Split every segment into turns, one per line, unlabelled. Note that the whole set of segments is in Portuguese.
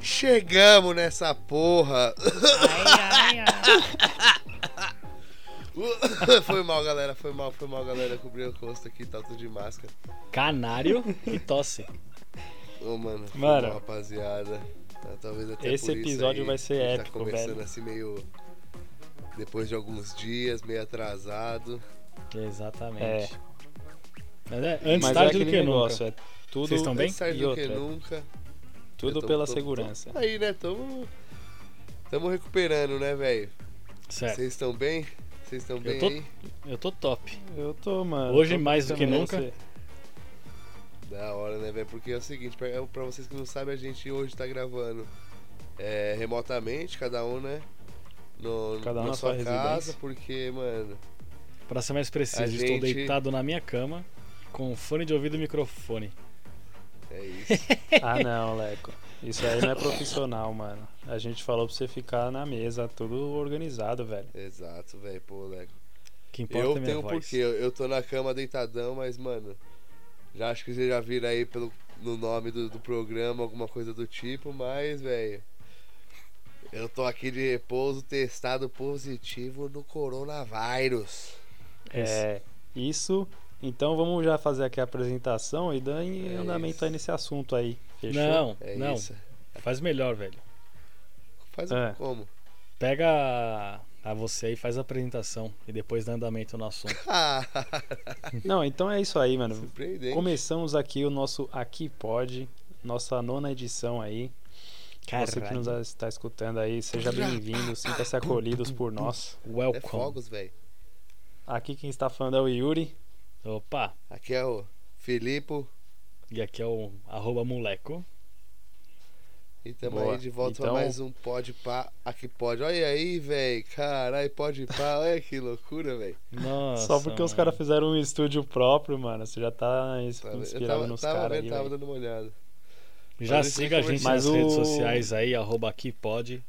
Chegamos nessa porra.
Ai, ai, ai.
foi mal, galera. Foi mal, foi mal, galera. Cobriu o rosto aqui, tá tudo de máscara.
Canário e tosse.
Ô, mano. foi
Mano.
mal, rapaziada. Ah, Talvez até
Esse
por isso
episódio
aí,
vai ser
a gente
épico,
Tá começando
velho.
assim meio. Depois de alguns dias, meio atrasado.
Exatamente. Mas é, antes
Mas
tarde
é
do
aquele
que
negócio,
nunca.
é tudo,
Vocês estão bem?
Antes tarde
E
do
outra,
que nunca. Eu
tudo
tô-
pela
tô-
segurança.
Tô, aí, né? Tamo. Tamo recuperando, né, velho?
Certo.
Vocês estão bem? Vocês estão bem
tô-
aí?
É. Eu tô top.
Eu tô, mano.
Hoje
tô
mais do que
também,
nunca.
você-
Da hora, né, velho? Porque é o seguinte, pra, pra vocês que não sabem, a gente hoje tá gravando é, remotamente, cada um, né? No,
Cada um
na
na
sua
sua
casa,
residência.
porque, mano.
Pra ser mais preciso,
A
estou
gente-
deitado na minha cama com fone de ouvido e microfone.
É isso.
Ah, não, Leco. Isso aí não é profissional, mano. A gente falou pra você ficar na mesa, tudo organizado, velho.
Exato, velho. Pô, Leco.
O que importa é
Eu
minha
tenho um
voz.
porquê. Eu, eu tô na cama deitadão, mas, mano. Já acho que vocês já viram aí pelo, no nome do, do programa, alguma coisa do tipo, mas, velho. Eu tô aqui de repouso testado positivo no coronavírus.
É. Isso. Então vamos já fazer aqui a apresentação e dar em
É
andamento
isso.
aí nesse assunto aí. Fechou?
Não,
É
não.
isso.
Faz melhor, velho.
Faz
É.
como?
Pega a, a você aí, faz a apresentação e depois dá andamento no assunto.
Ah,
Não, então é isso aí, mano.
surpreendente.
Começamos aqui o nosso Aqui Pode, nossa nona edição aí. Você que nos está escutando aí, seja bem-vindo, sinta-se acolhidos por nós.
É
Welcome.
fogos, velho.
Aqui quem está falando é o Yuri.
Opa,
Aqui é o Filipe
e aqui é o arroba moleco.
e tamo
Boa.
aí de volta pra
Então-
mais um Pode Pá. Aqui pode. Olha aí, velho. Caralho, Pode Pá. Olha que loucura, velho.
Nossa,
Só porque os
mano.
caras fizeram um estúdio próprio, mano. Você já tá
Tava-
inspirado
Eu tava,
nos
tava
caras
vendo,
aí.
tava
velho.
dando uma olhada.
Já
Mas
siga a gente
mas
nas redes
o-
sociais aí, arroba aqui pode.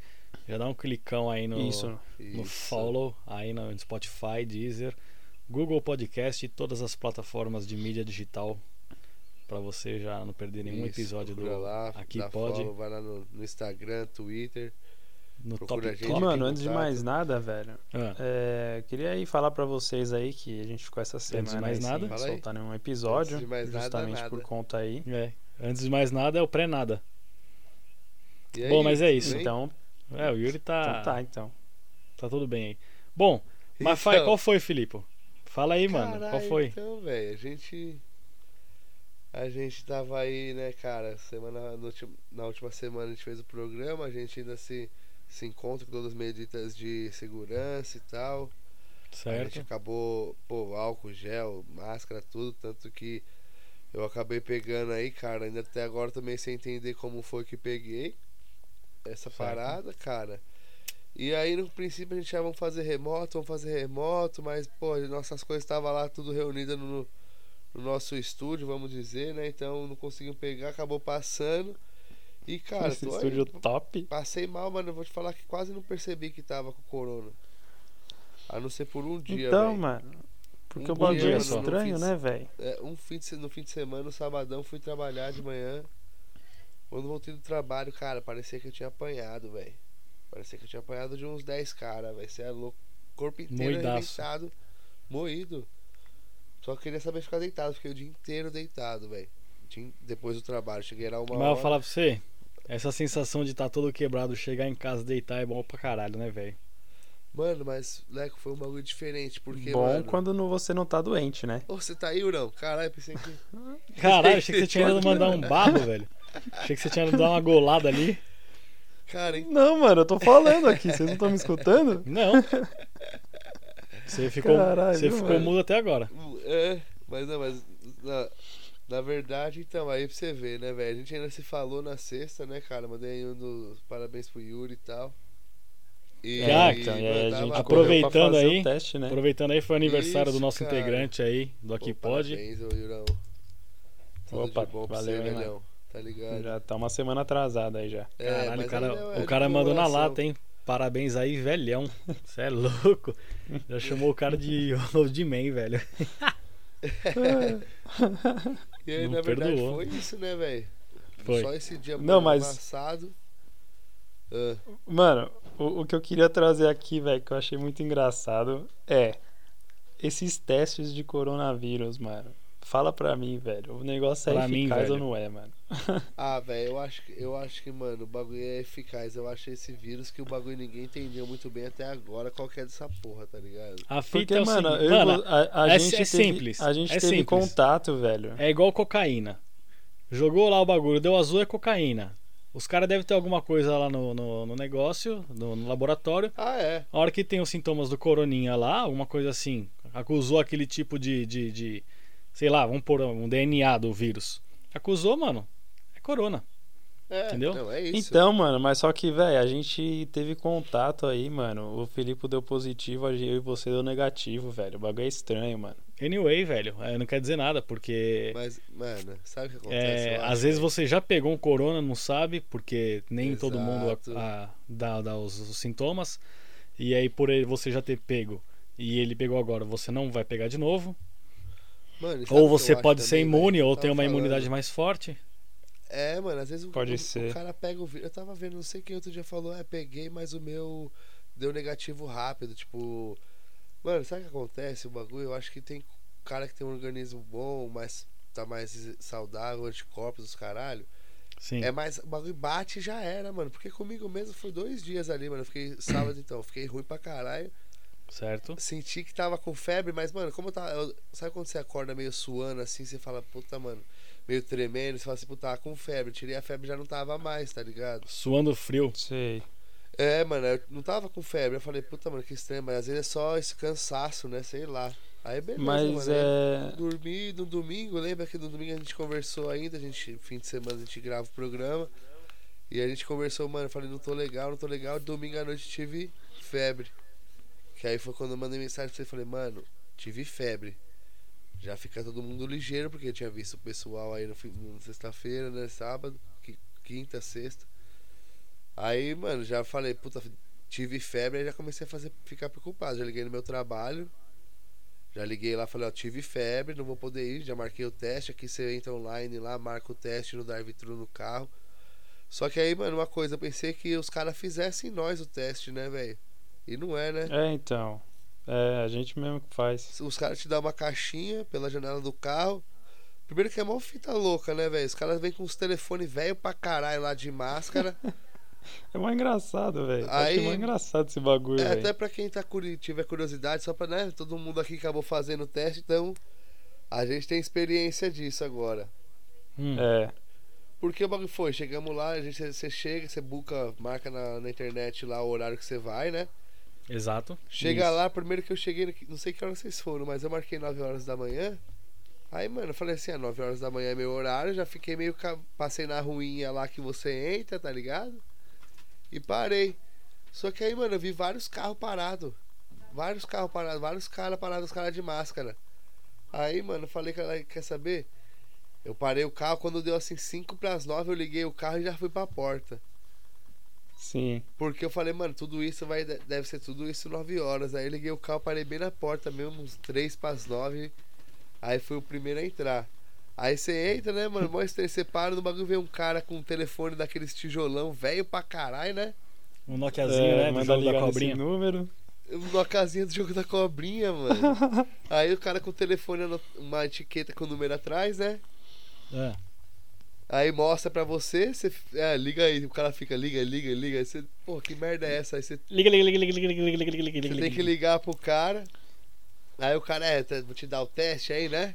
Já dá um clicão aí no,
Isso.
no
Isso.
follow, aí no Spotify, Deezer, Google Podcast e todas as plataformas de mídia digital. Pra você já não perder nenhum
Isso,
um episódio do
procura lá,
Aqui
dá
Pode.
follow, vai lá no, no Instagram, Twitter.
No
procura
top
a gente.
top.
Mano, antes de
contato.
mais nada, velho,
Ah,
é, queria aí falar pra vocês aí que a gente ficou essa semana
de mais
aí
nada.
sem
Fala aí.
soltar nenhum episódio,
Antes de mais nada,
justamente
nada.
por conta aí.
é. Antes de mais nada, é o pré-nada.
E aí,
Bom, mas é
tudo
isso,
bem?
Então,
É, o Yuri tá,
então tá, então.
tá tudo bem aí. Bom, mas
Então,
fa- qual foi, Filipe? Fala aí, mano. Qual
Caralho,
foi?
Então, velho, a gente. A gente tava aí, né, cara? Semana, no ulti- na última semana a gente fez o programa, a gente ainda se, se encontra com todas as medidas de segurança e tal. A gente
Certo?
acabou, pô, álcool, gel, máscara, tudo, tanto que eu acabei pegando aí, cara, ainda até agora também sem entender como foi que peguei essa
Certo.
parada, cara. E aí no princípio a gente já vamos fazer remoto, vamos fazer remoto, mas, pô, nossas coisas estavam lá tudo reunidas no, no nosso estúdio, vamos dizer, né? Então não conseguimos pegar, acabou passando. E, cara,
Esse
tô aí,
estúdio top.
Passei mal, mano. Eu vou te falar que quase não percebi que tava com corona. A não ser por um dia,
então,
velho.
mano. Porque
Um
o bagulho
dia
é
só.
estranho,
Não fiz.
né, velho?
É, um fim de se- no fim de semana, no sabadão, fui trabalhar de manhã. Quando voltei do trabalho, cara, parecia que eu tinha apanhado, velho. Parecia que eu tinha apanhado de uns 10 caras, velho. Você é louco. Corpo inteiro
Moidaço.
arrebentado, moído. Só queria saber ficar deitado. Fiquei o dia inteiro deitado, velho. Tinha- Depois do trabalho, cheguei lá uma
Mas eu
hora.
vou falar pra você, essa sensação de estar tá todo quebrado, chegar em casa, deitar é bom pra caralho, né, velho?
Mano, mas, Leco, foi um bagulho diferente. Porque,
Bom
mano.
quando não- você não tá doente, né?
Ô, você tá aí, Urão? Caralho, pensei que.
Caralho, achei que você tinha ido mandar um barro, velho. Achei que você tinha ido dar uma golada ali.
Cara, hein?
Não, mano, eu tô falando aqui, vocês não estão me escutando?
Não. Você ficou,
Caralho,
você ficou
mano.
mudo até agora.
É, mas não, mas. Na, na verdade, então, aí pra você ver, né, velho? A gente ainda se falou na sexta, né, cara? Mandei um dos parabéns pro Yuri e tal. E,
Já,
então, e aí a gente
mandava- né?
correu
aproveitando pra
Aproveitando
fazer
aí,
o teste, né?
Aproveitando aí, foi o aniversário
Isso,
do nosso
cara.
integrante aí, do Aqui
Pô,
Pode.
Parabéns, ô Yurão. Tudo
Opa,
de bom pra
valeu,
você,
hein, mano.
velhão. Tá ligado?
Já tá uma semana atrasada aí já.
É,
Caralho,
mas
o cara,
aí não é
o cara mandou na
comemoração.
lata, hein? Parabéns aí, velhão. Você é louco. Já chamou o cara de Old Man, velho.
E aí,
Não
na verdade,
perdoou.
foi isso, né, velho?
Foi.
Só esse dia mano,
Não, mas-
passado. Ah,
Mano, o, o que eu queria trazer aqui, velho, que eu achei muito engraçado é esses testes de coronavírus, mano. Fala pra mim, velho. O negócio é
Pra mim,
eficaz ou
velho.
não é, mano?
Ah, velho, eu acho, que- eu acho que, mano, o bagulho é eficaz. Eu acho esse vírus que o bagulho ninguém entendeu muito bem até agora qual que é dessa porra, tá ligado?
A fita
Porque,
é o
mano,
seguinte,
eu-
mano,
a, a
é-
gente
é
teve,
simples,
A gente
é
teve
simples.
contato, velho.
é igual cocaína. Jogou lá o bagulho, deu azul, é cocaína. Os caras devem ter alguma coisa lá no, no, no negócio, no, no laboratório.
Ah, é.
A hora que tem os sintomas do coroninha lá, alguma coisa assim, acusou aquele tipo de, de, de- sei lá, vamos pôr um DNA do vírus. Acusou, mano, é corona.
é.
Entendeu?
Não, é isso.
Então, mano, mas só que, velho, a gente teve contato aí, mano. O Filipe deu positivo, eu e você deu negativo, velho. O bagulho é estranho, mano.
Anyway, velho, é, não quer dizer nada, porque
Mas, mano, sabe o que acontece?
é,
eu
às
acho,
vezes
velho?
você já pegou um corona, não sabe, porque nem todo mundo
Exato.
a- a- dá, dá os, os sintomas. E aí, por ele você já ter pego e ele pegou agora, você não vai pegar de novo.
Mano, e sabe o
Ou
que eu
você
acho
pode ser
também, velho?
imune, ou
Tava
ter uma
falando-
imunidade mais forte.
É, mano, às vezes o-
Pode
o,
ser.
o cara pega o vírus. Eu tava vendo, não sei quem outro dia falou, é, peguei, mas o meu deu negativo rápido. Tipo, mano, sabe o que acontece? O bagulho, eu acho que tem cara que tem um organismo bom, mas tá mais saudável, anticorpos, os caralho.
Sim.
É mais. O bagulho bate e já era, mano. Porque comigo mesmo foi dois dias ali, mano. Eu fiquei sábado então, eu fiquei ruim pra caralho.
Certo?
Senti que tava com febre, mas, mano, como eu tava. eu- sabe quando você acorda meio suando assim, você fala, puta, mano, meio tremendo, você fala assim, puta, tava com febre. Tirei a febre já não tava mais, tá ligado?
Suando frio.
Sei.
É, mano, eu não tava com febre. Eu falei, puta, mano, que estranho, mas às vezes é só esse cansaço, né? Sei lá. Aí beleza,
Mas
mano. aí
é.
Dormi no domingo, lembra que no domingo a gente conversou ainda, a gente, fim de semana a gente grava o programa. E a gente conversou, mano, eu falei, não tô legal, não tô legal, domingo à noite tive febre. Que aí foi quando eu mandei mensagem pra você, falei, mano, tive febre. Já fica todo mundo ligeiro, porque eu tinha visto o pessoal aí no fim- na sexta-feira, né, sábado, qui- quinta, sexta. Aí, mano, já falei, puta, tive febre, aí já comecei a fazer, ficar preocupado, já liguei no meu trabalho. Já liguei lá, falei, ó, tive febre, não vou poder ir, já marquei o teste, aqui você entra online lá, marca o teste no Darvitru no carro. Só que aí, mano, uma coisa, eu pensei que os caras fizessem nós o teste, né, velho? E não é, né?
É, então. É, a gente mesmo que faz.
Os caras te dão uma caixinha pela janela do carro. Primeiro que é mó fita louca, né, velho? Os caras vêm com os telefones velho pra caralho lá de máscara.
É mais engraçado, velho.
Aí-
Aí... Achei mais engraçado esse bagulho,
É,
velho.
até pra quem tá curi- tiver curiosidade, só pra, né? Todo mundo aqui acabou fazendo o teste, então a gente tem experiência disso agora.
Hum.
É.
Porque o bagulho foi, chegamos lá, a gente, você chega, você buca, marca na, na internet lá o horário que você vai, né?
É. Exato.
Chega
Isso.
lá, primeiro que eu cheguei, não sei que horas vocês foram, mas eu marquei 9 horas da manhã. Aí, mano, eu falei assim, ah, 9 horas da manhã é meu horário, já fiquei meio. ca- Passei na ruinha lá que você entra, tá ligado? E parei. Só que aí, mano, eu vi vários carros parados. Vários carros parados, vários caras parados, os caras de máscara. Aí, mano, eu falei que ela quer saber? Eu parei o carro, quando deu assim 5 pras 9, eu liguei o carro e já fui pra porta.
Sim.
Porque eu falei, mano, tudo isso vai deve ser tudo isso 9 horas. Aí eu liguei o carro, parei bem na porta mesmo, uns 3 para as 9. Aí fui o primeiro a entrar. Aí você entra, né, mano? Mó estresse, você para no bagulho, vem um cara com um telefone daqueles tijolão, velho pra caralho, né?
Um Nokiazinho,
É,
né? Do
manda
jogo da
ligar nesse
cobrinha.
número.
Numa casinha do jogo da cobrinha, mano. Aí o cara com o telefone, anot- uma etiqueta com o número atrás, né?
É.
Aí mostra pra você, você. É, liga aí, o cara fica, liga, liga, liga. Aí você, pô, que merda é essa? Aí você
Liga, liga, liga, liga, liga, liga, liga, liga, liga,
Você
liga,
tem que
liga.
ligar pro cara. Aí o cara, é, tá- vou te dar o teste aí, né?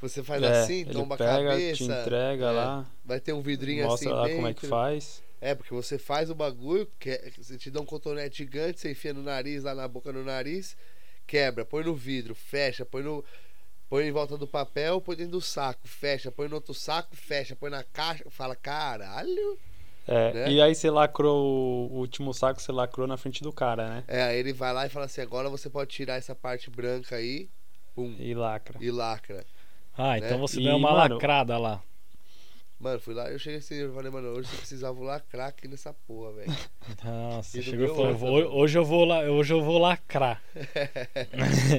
Você faz
é,
assim,
ele
tomba
pega,
a cabeça.
te entrega
é,
lá,
Vai ter um vidrinho
mostra
assim
lá
dentro.
como é que faz.
É, porque você faz o bagulho, que, você te dá um cotonete gigante, você enfia no nariz, lá na boca no nariz, quebra, põe no vidro, fecha, põe no. Põe em volta do papel, põe dentro do saco, fecha, põe no outro saco, fecha, põe na caixa, fala, caralho.
É,
Né?
E aí você lacrou o último saco, você lacrou na frente do cara, né?
É, aí ele vai lá e fala assim, agora você pode tirar essa parte branca aí, pum,
E lacra.
e lacra.
Ah, então
né?
você
E,
deu uma
mano,
lacrada lá.
Mano, fui lá, eu cheguei assim, eu falei, mano, hoje você precisava lacrar aqui nessa porra, velho.
Nossa,
E do
chegou e
meu
falou:
lado
"Vou-
também.
hoje, eu vou lá, hoje eu vou lacrar.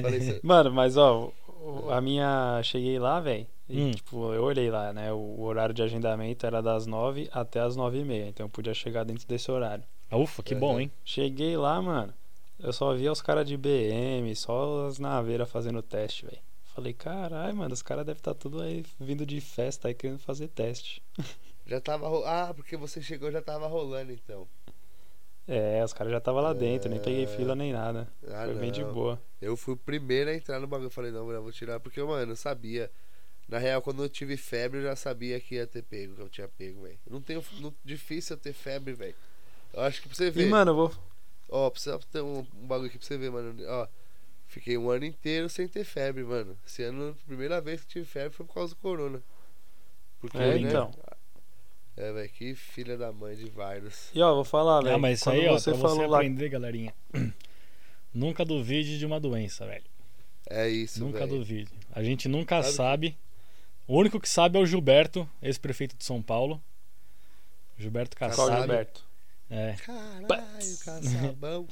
falei, cê-
Mano, mas ó, o- a minha. Cheguei lá, velho. E,
Hum.
tipo, eu olhei lá, né? O, o horário de agendamento era das 9 até as 9 e meia. Então eu podia chegar dentro desse horário.
Ah, Ufa,
É,
que bom, hein?
Cheguei lá, mano. Eu só via os caras de BM, só as naveiras fazendo teste, velho. Falei, caralho, mano, os caras devem estar tudo aí vindo de festa aí querendo fazer teste.
Já tava ro... Ah, porque você chegou já tava rolando então.
É, os caras já tava lá dentro, nem peguei
É.
fila nem nada.
Ah,
Foi bem de
não.
boa.
Eu fui o primeiro a entrar no bagulho. Eu falei, não, mano, eu vou tirar. Porque, mano, eu sabia. Na real, quando eu tive febre, eu já sabia que ia ter pego, que eu tinha pego, velho. Não tenho. Não, difícil eu ter febre, velho. Eu acho que pra você ver.
E, mano, eu vou.
Ó, precisa ter um, um bagulho aqui pra você ver, mano. Ó, fiquei um ano inteiro sem ter febre, mano. Esse ano, a primeira vez que tive febre foi por causa do corona. Porque,
É,
né?
então.
É, velho, que filha da mãe de vírus.
E ó, vou falar, velho.
Ah, mas isso
quando
aí, ó,
você
pra
falou
você
lá.
aprender, galerinha. Nunca duvide de uma doença, velho.
É isso,
nunca
velho.
duvide. A gente nunca
Sabe-
sabe. O único que sabe é o Gilberto, ex-prefeito de São Paulo. Gilberto
Qual
sabe.
Kassab.
Gilberto?
É.
Caralho,
Pats.
caçabão.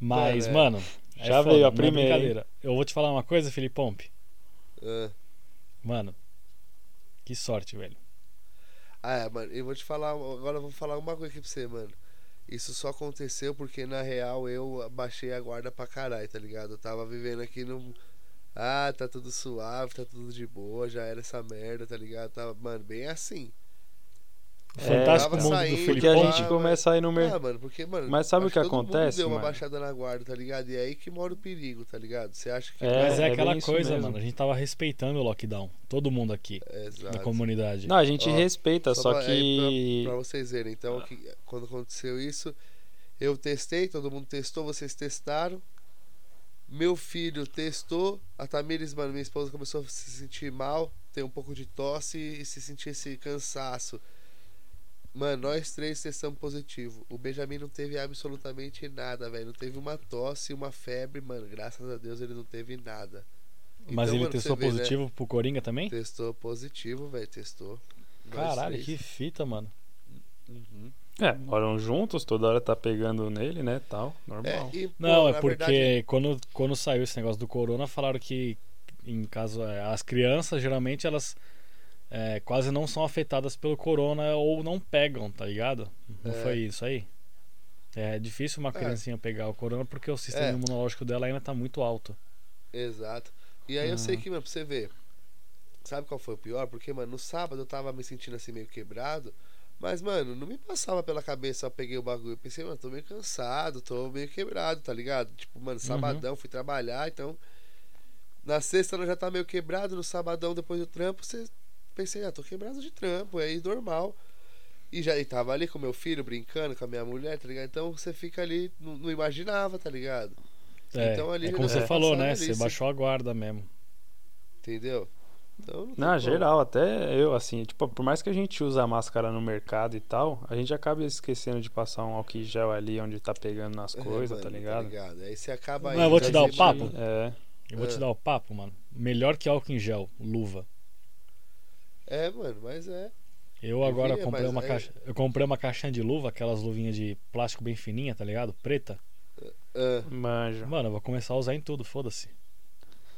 Mas,
Mano, é.
mano. é
Já
foda,
veio a
não é
primeira, hein?
brincadeira. Eu vou te falar uma coisa, Filipompe.
Ah.
Mano, que sorte, velho.
Ah, é, mano, eu vou te falar. Agora eu vou falar uma coisa aqui pra você, mano. Isso só aconteceu porque, na real, eu baixei a guarda pra caralho, tá ligado? Eu tava vivendo aqui no. Ah, tá tudo suave, tá tudo de boa, já era essa merda, tá ligado? Tava, mano, bem assim.
O
É,
fantástico
tava
mundo do
saindo,
Porque a
Filipão,
Filipompe.
gente
ah,
começa a ir no mercado.
Ah, mano, porque, mano.
Mas sabe o
acho
que
todo mundo
acontece,
deu uma
mano?
baixada na guarda, tá ligado? E é aí que mora o perigo, tá ligado? Você acha que.
É,
Mas é,
bem
aquela
isso
coisa,
mesmo.
mano. A gente tava respeitando o lockdown. Todo mundo aqui
Exato.
da comunidade.
Não, a gente
É, Ó,
respeita, Tá, só,
pra- é,
que. Tá.
pra, pra vocês verem, então, que quando aconteceu isso, eu testei, todo mundo testou, vocês testaram. Meu filho testou, a Tamires, mano, minha esposa, começou a se sentir mal, ter um pouco de tosse e se sentir esse cansaço. Mano, nós três testamos positivo. O Benjamin não teve absolutamente nada, velho. Não teve uma tosse, uma febre, mano. Graças a Deus ele não teve nada.
Mas
Então,
ele
mano, pra
testou
você ver, né?
positivo pro Coringa também?
Testou positivo, velho. Testou. Nós
Caralho,
três.
que fita, mano.
Uhum.
É, moram juntos, toda hora tá pegando nele, né? Tal, normal.
É, e, pô,
Não,
na
é porque
verdade,
quando, quando saiu esse negócio do corona, falaram que, em caso, é, as crianças, geralmente, elas é, quase não são afetadas pelo corona ou não pegam, tá ligado? Não
É.
foi isso aí? É difícil uma
É.
criancinha pegar o corona porque o sistema
É.
imunológico dela ainda tá muito alto.
Exato. E aí eu
Ah.
sei que, mano, pra você ver. Sabe qual foi o pior? Porque, mano, no sábado eu tava me sentindo assim meio quebrado. Mas, mano, não me passava pela cabeça, eu peguei o bagulho. Eu pensei, mano, tô meio cansado, tô meio quebrado, tá ligado? Tipo, mano,
Uhum.
sabadão, fui trabalhar, então. Na sexta ela já tá meio quebrado, no sabadão depois do trampo, você pensei, ah, tô quebrado de trampo, é aí normal. E já e tava ali com meu filho brincando, com a minha mulher, tá ligado? Então você fica ali, não, não imaginava, tá ligado?
É,
Então, ali
é
já
como
dá
você
pra
falou,
passar
né?
ali,
Você
sim.
baixou a guarda mesmo.
Entendeu? Então, não, tem
Na
como.
geral, até eu, assim, tipo, por mais que a gente use a máscara no mercado e tal, a gente acaba esquecendo de passar um álcool em gel ali onde tá pegando nas
É,
coisas,
mano,
tá ligado?
Aí você acaba
Não, eu vou
indo,
te
aí
dar o
você-
papo.
É,
Eu vou
É.
te dar o papo, mano. Melhor que álcool em gel, luva.
É, mano, mas é.
Eu
Eu
agora
queria,
comprei
mas é
uma
aí-
caixa. Eu comprei uma caixinha de luva, aquelas luvinhas de plástico bem fininha, tá ligado? Preta.
Ah,
manjo.
Mano, eu vou começar a usar em tudo, foda-se.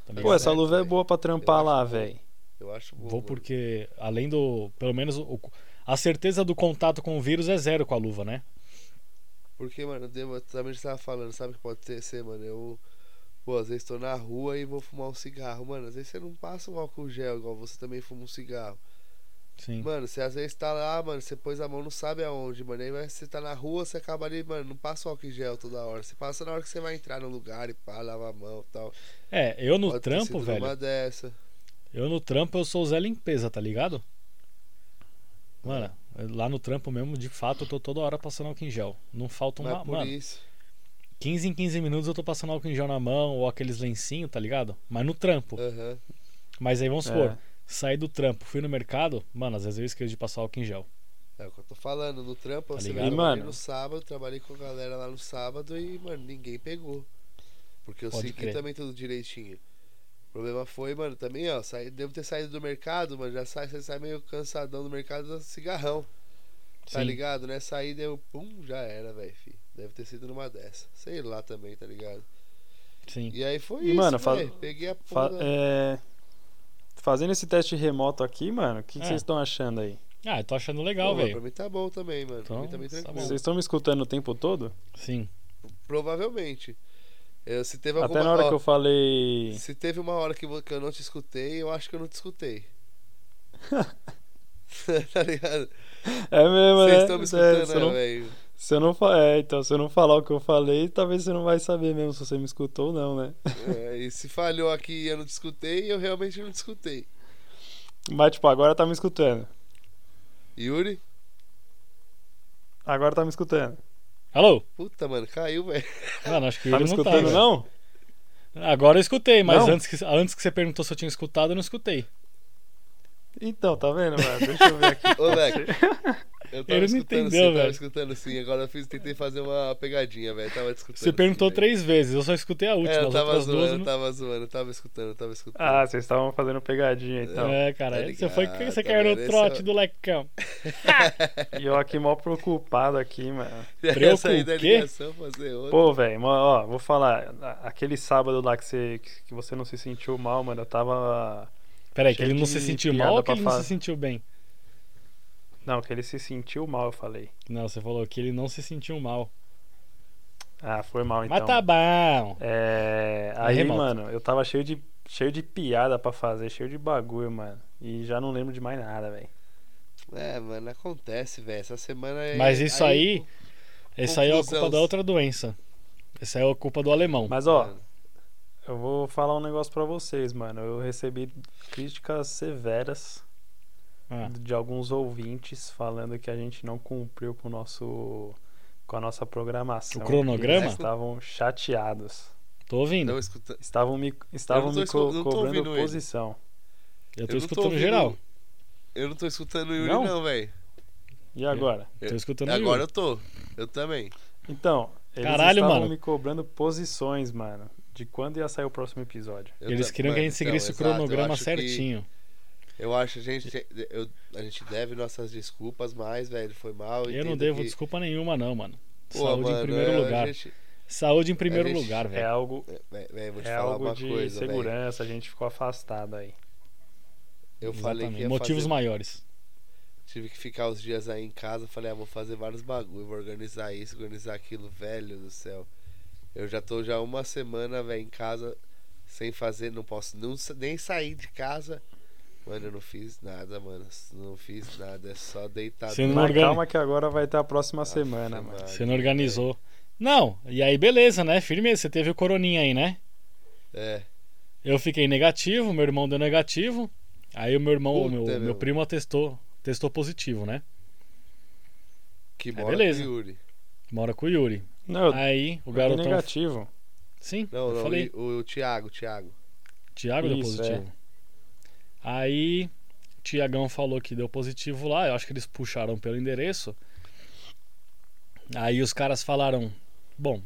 Tá ligado?
Pô, essa
certo,
luva é
velho.
boa pra trampar
acho
lá,
bom.
velho.
eu acho bom.
Vou
mano.
porque, além do. Pelo menos o- a certeza do contato com o vírus é zero com a luva, né?
Porque, mano, eu também estava falando, sabe o que pode ter- ser, mano? Eu. Pô, às vezes tô na rua e vou fumar um cigarro. Mano, às vezes você não passa um álcool gel igual você também fuma um cigarro.
Sim.
Mano, você às vezes tá lá, mano, você pôs a mão não sabe aonde, mano. Aí vai- você tá na rua, você acaba ali, mano, não passa o álcool em gel toda hora. Você passa na hora que você vai entrar no lugar e pá, lava a mão e tal.
É, eu no
Pode ter
trampo,
sido
velho.
Uma dessa.
Eu no trampo eu sou o Zé Limpeza, tá ligado? Mano, eu- lá no trampo mesmo, de fato, eu tô toda hora passando álcool em gel. Não falta
Mas
uma.
por
Mano,
isso.
15 em 15 minutos eu tô passando álcool em gel na mão ou aqueles lencinhos, tá ligado? Mas no trampo.
Aham.
Mas aí vamos
É.
supor, saí do trampo, fui no mercado, mano, às vezes eu esqueço de passar álcool em gel.
É o que eu tô falando, no trampo,
Tá
você
ligado?
ligado?
E,
trabalhei
mano-
no sábado, trabalhei com a galera lá no sábado e, mano, ninguém pegou. Porque eu
Pode
segui
crer.
também tudo direitinho. O problema foi, mano, também, ó, saí, devo ter saído do mercado, mano, já sai, você sai meio cansadão do mercado do cigarrão, tá
Sim.
ligado? Né? Saí, deu, pum, já era, velho, fi. Deve ter sido numa dessa. Sei lá também, tá ligado?
Sim.
E aí foi
E,
isso,
mano,
mano,
fala-
Peguei a
Fa-
porra.
é, Fazendo esse teste remoto aqui, mano, o que que
É.
vocês estão achando aí?
Ah, eu tô achando
Pô,
legal,
mas pra
velho.
mim tá bom também, mano. pra mim tá bem
Então, tá
tranquilo.
Vocês estão me escutando o tempo todo?
Sim.
Provavelmente. Eu- se teve alguma
Até na hora
ó,
que eu falei.
Se teve uma hora que, vo- que eu não te escutei, eu acho que eu não te escutei. tá ligado?
É mesmo, né?
Vocês estão me
É,
escutando,
se eu não-
né, velho?
se eu não fa- É, então, se eu não falar o que eu falei, talvez você não vai saber mesmo se você me escutou ou não, né?
É, e se falhou aqui e eu não te escutei, eu realmente não te escutei.
Mas, tipo, agora tá me escutando.
Yuri?
Agora tá me escutando.
Alô?
Puta, mano, caiu, velho.
Mano, acho que
Tá me
ele não tá.
escutando,
velho.
não?
Agora eu escutei, mas
Não?
antes que, antes que você perguntou se eu tinha escutado, eu não escutei.
Então, tá vendo, mano? Deixa eu ver aqui.
Ô, velho. Eu tava
Ele não
escutando
entendeu,
sim, eu tava
velho.
escutando sim. Agora eu fiz, tentei fazer uma pegadinha, velho. Tava te escutando.
Você perguntou
sim, velho.
três vezes, eu só escutei a última.
É, eu
as
tava
outras duas.
zoando,
eu
eu
não-
tava zoando, eu tava escutando, eu tava escutando.
Ah, vocês estavam fazendo pegadinha então.
É, cara,
Tá
você foi
ligado,
você
tá
caiu
vendo?
no
Esse
trote
é-
do lecão.
E eu aqui mó preocupado aqui, mano.
Eu saí
Preocupa
da
o quê?
ligação, fazer outra.
Pô, velho, mó- ó, vou falar. a- Aquele sábado lá que você, que você não se sentiu mal, mano, eu tava.
Peraí, que
Cheio
ele não
de
se sentiu
piada
mal ou que
pra
ele não
falar.
se sentiu bem?
Não, que ele se sentiu mal, eu falei.
Não, você falou que ele não se sentiu mal.
Ah, foi mal então.
Mas tá bom.
É. Aí,
remoto.
mano, eu tava cheio de, cheio de piada pra fazer, cheio de bagulho, mano. E já não lembro de mais nada, velho.
É, mano, acontece, velho. Essa semana é.
Mas isso aí, Isso aí é a culpa
conclusão.
da outra doença. Isso aí é a culpa do alemão.
Mas, ó, eu vou falar um negócio pra vocês, mano. Eu recebi críticas severas
Ah,
de alguns ouvintes falando que a gente não cumpriu com o nosso com a nossa programação.
O cronograma?
E Eles estavam chateados.
tô ouvindo.
Não, escuta...
Estavam me estavam
não tô
me co-
escu- não tô
cobrando
ouvindo ele.
posição.
Eu
eu não
tô
tô
escutando
ouvindo-
geral.
Eu não tô escutando o Yuri,
Não?
não, velho.
É.
E agora?
Eu tô escutando
é, Agora
Agora...
eu tô. Eu também.
Então, eles
Caralho,
estavam
mano.
me cobrando posições, mano. De quando ia sair o próximo episódio.
Eu
Eles
ta-
queriam que a
mano,
gente seguisse
então,
o
exato, eu
cronograma
acho que-
certinho.
eu acho que a gente. eu- a gente deve nossas desculpas, mas, velho, foi mal.
Eu não
entendo
devo
que-
desculpa nenhuma, não, mano.
Pô,
Saúde
mano,
em primeiro
é,
lugar.
A gente,
Saúde em primeiro
a gente-
lugar,
É
velho.
algo
é, véi, véi, vou te
é
falar
algo
uma
de
coisa, velho.
segurança, a gente ficou afastado aí.
Eu falei
Exatamente.
que ia
Motivos
fazer-
maiores.
tive que ficar os dias aí em casa. Falei, ah, vou fazer vários bagulho, vou organizar isso, organizar aquilo, velho do céu. Eu já tô já uma semana, velho, em casa, sem fazer, não posso não sa- nem sair de casa. Mano, eu não fiz nada, mano. Não fiz nada, é só deitar.
Você não
Mas
organi-
calma que agora vai ter a próxima semana, mano.
Você
é,
não organizou. Não, e aí beleza, né? Firmeza, você teve o coroninha aí, né?
É.
Eu fiquei negativo, meu irmão deu negativo. Aí o meu irmão, o
Puta,
meu, meu
meu.
primo atestou, testou positivo, né?
Que
Mas
mora
É, beleza.
com o Yuri.
Mora com o Yuri.
Não, eu
Aí Ah, o
eu
garotão.
dei negativo.
Sim,
Não,
eu
não,
falei.
o, o, o Thiago, Thiago.
Tiago deu
Isso, é.
positivo. Aí, Tiagão falou que deu positivo lá. Eu acho que eles puxaram pelo endereço. Aí os caras falaram: Bom,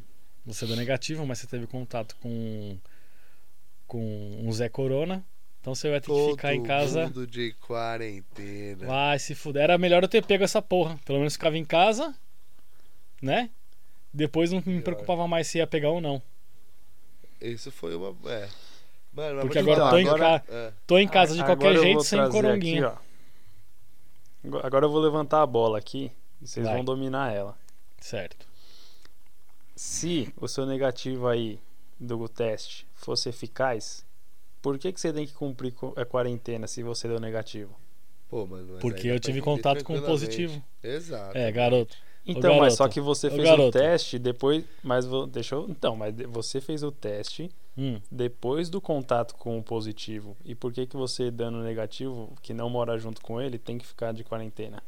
você deu negativo, mas você teve contato com, com um Zé Corona. Então você vai ter que
Todo
ficar em casa.
mundo né?" de quarentena.
Vai se fuder. Era melhor eu ter pego essa porra. Pelo menos ficava em casa, né? Depois não me
Pior.
preocupava mais se ia pegar ou não.
Isso foi uma. É. Mano, mas
Porque
vou te
agora
falar,
eu tô em
agora- é.
Tô em casa de
A-
qualquer
Ah, agora eu
jeito,
vou
sem
trazer
coronguinha.
aqui, ó. Agora- Agora eu vou levantar a bola aqui e vocês
Vai.
vão dominar ela.
Certo.
Se o seu negativo aí do teste fosse eficaz, por que, que você tem que cumprir co- a quarentena se você deu negativo?
Pô, mano, mas aí
Porque
dá
eu
pra
tive
entender
contato com o
tranquilamente.
positivo.
Exato.
É, garoto.
Então,
garoto,
mas só que você
ô,
fez o
garoto.
teste depois. Mas vo- deixa eu. Então, mas de- você fez o teste
Hum,
depois do contato com o positivo. E por que, que você dando negativo, que não mora junto com ele, tem que ficar de quarentena?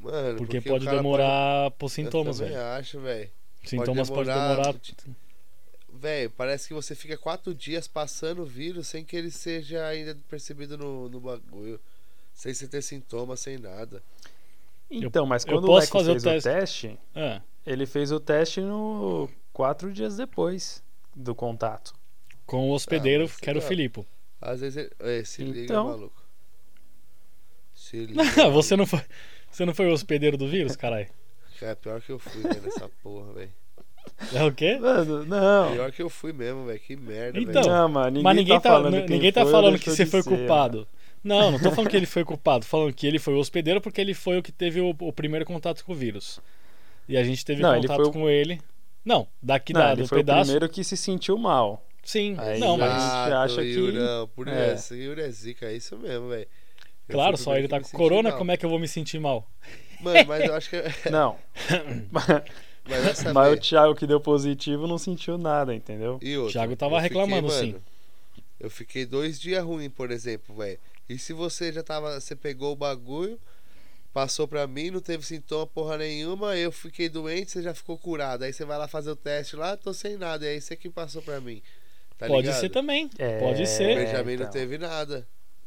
Mano,
porque,
o
pode
cara
demorar
tá-
pros
Eu
sintomas,
também
velho.
acho, velho.
é.
Sintomas pode
demorar-
demorar.
Velho, parece que você fica quatro dias passando o vírus sem que ele seja ainda percebido no, no bagulho. Sem você ter sintoma, sem nada.
Então, mas
eu
quando o
posso
Leco
fazer o
fez
teste.
o teste,
Ah,
ele fez o teste no quatro dias depois do contato.
com o hospedeiro,
Ah, mas
que era o
é.
sei lá.
Filipe.
Às vezes ele. É, se liga,
Então.
maluco. Se liga.
Não, Ah, você não foi. Você não foi o hospedeiro do vírus, caralho?
É pior que eu fui, velho, nessa porra, velho.
É o quê?
Mano, não.
Pior que eu fui mesmo, velho. Que merda,
Então,
velho.
não, mano, ninguém
Mas ninguém
tá, falando, quem
ninguém tá
foi ou
falando que
deixou
você
de
foi
ser, né?
culpado. Não, não tô falando que ele foi culpado. Tô Falando que ele foi o hospedeiro porque ele foi o que teve o, o primeiro contato com o vírus. E a gente teve
Não, ele
contato
foi o-
com ele. Não, daqui
Não,
da,
ele
do
foi
pedaço.
o primeiro que se sentiu mal.
Sim,
Aí
não,
já-
mas.
gente
Exato,
acha que-
Yurão, por
É.
essa, Yuri é zica, é isso mesmo, velho. Eu
Claro,
fui o
só
primeiro
ele
que
tá
me
com
senti
corona,
mal.
como é que eu vou me sentir mal?
Mano, mas eu acho que. é-
Não.
Mas, essa,
Mas o
véi,
Thiago que deu positivo não sentiu nada, entendeu?
e outra,
Thiago tava
eu fiquei,
reclamando,
mano,
sim.
Eu fiquei dois dias ruim, por exemplo, velho. E se você já tava. Você pegou o bagulho, passou pra mim, não teve sintoma porra nenhuma, eu fiquei doente, você já ficou curado. Aí você vai lá fazer o teste lá, tô sem nada. E aí você que passou pra mim. Tá
Pode
ligado?
ser também.
É,
Pode
O
ser.
Benjamin
então.
não teve nada.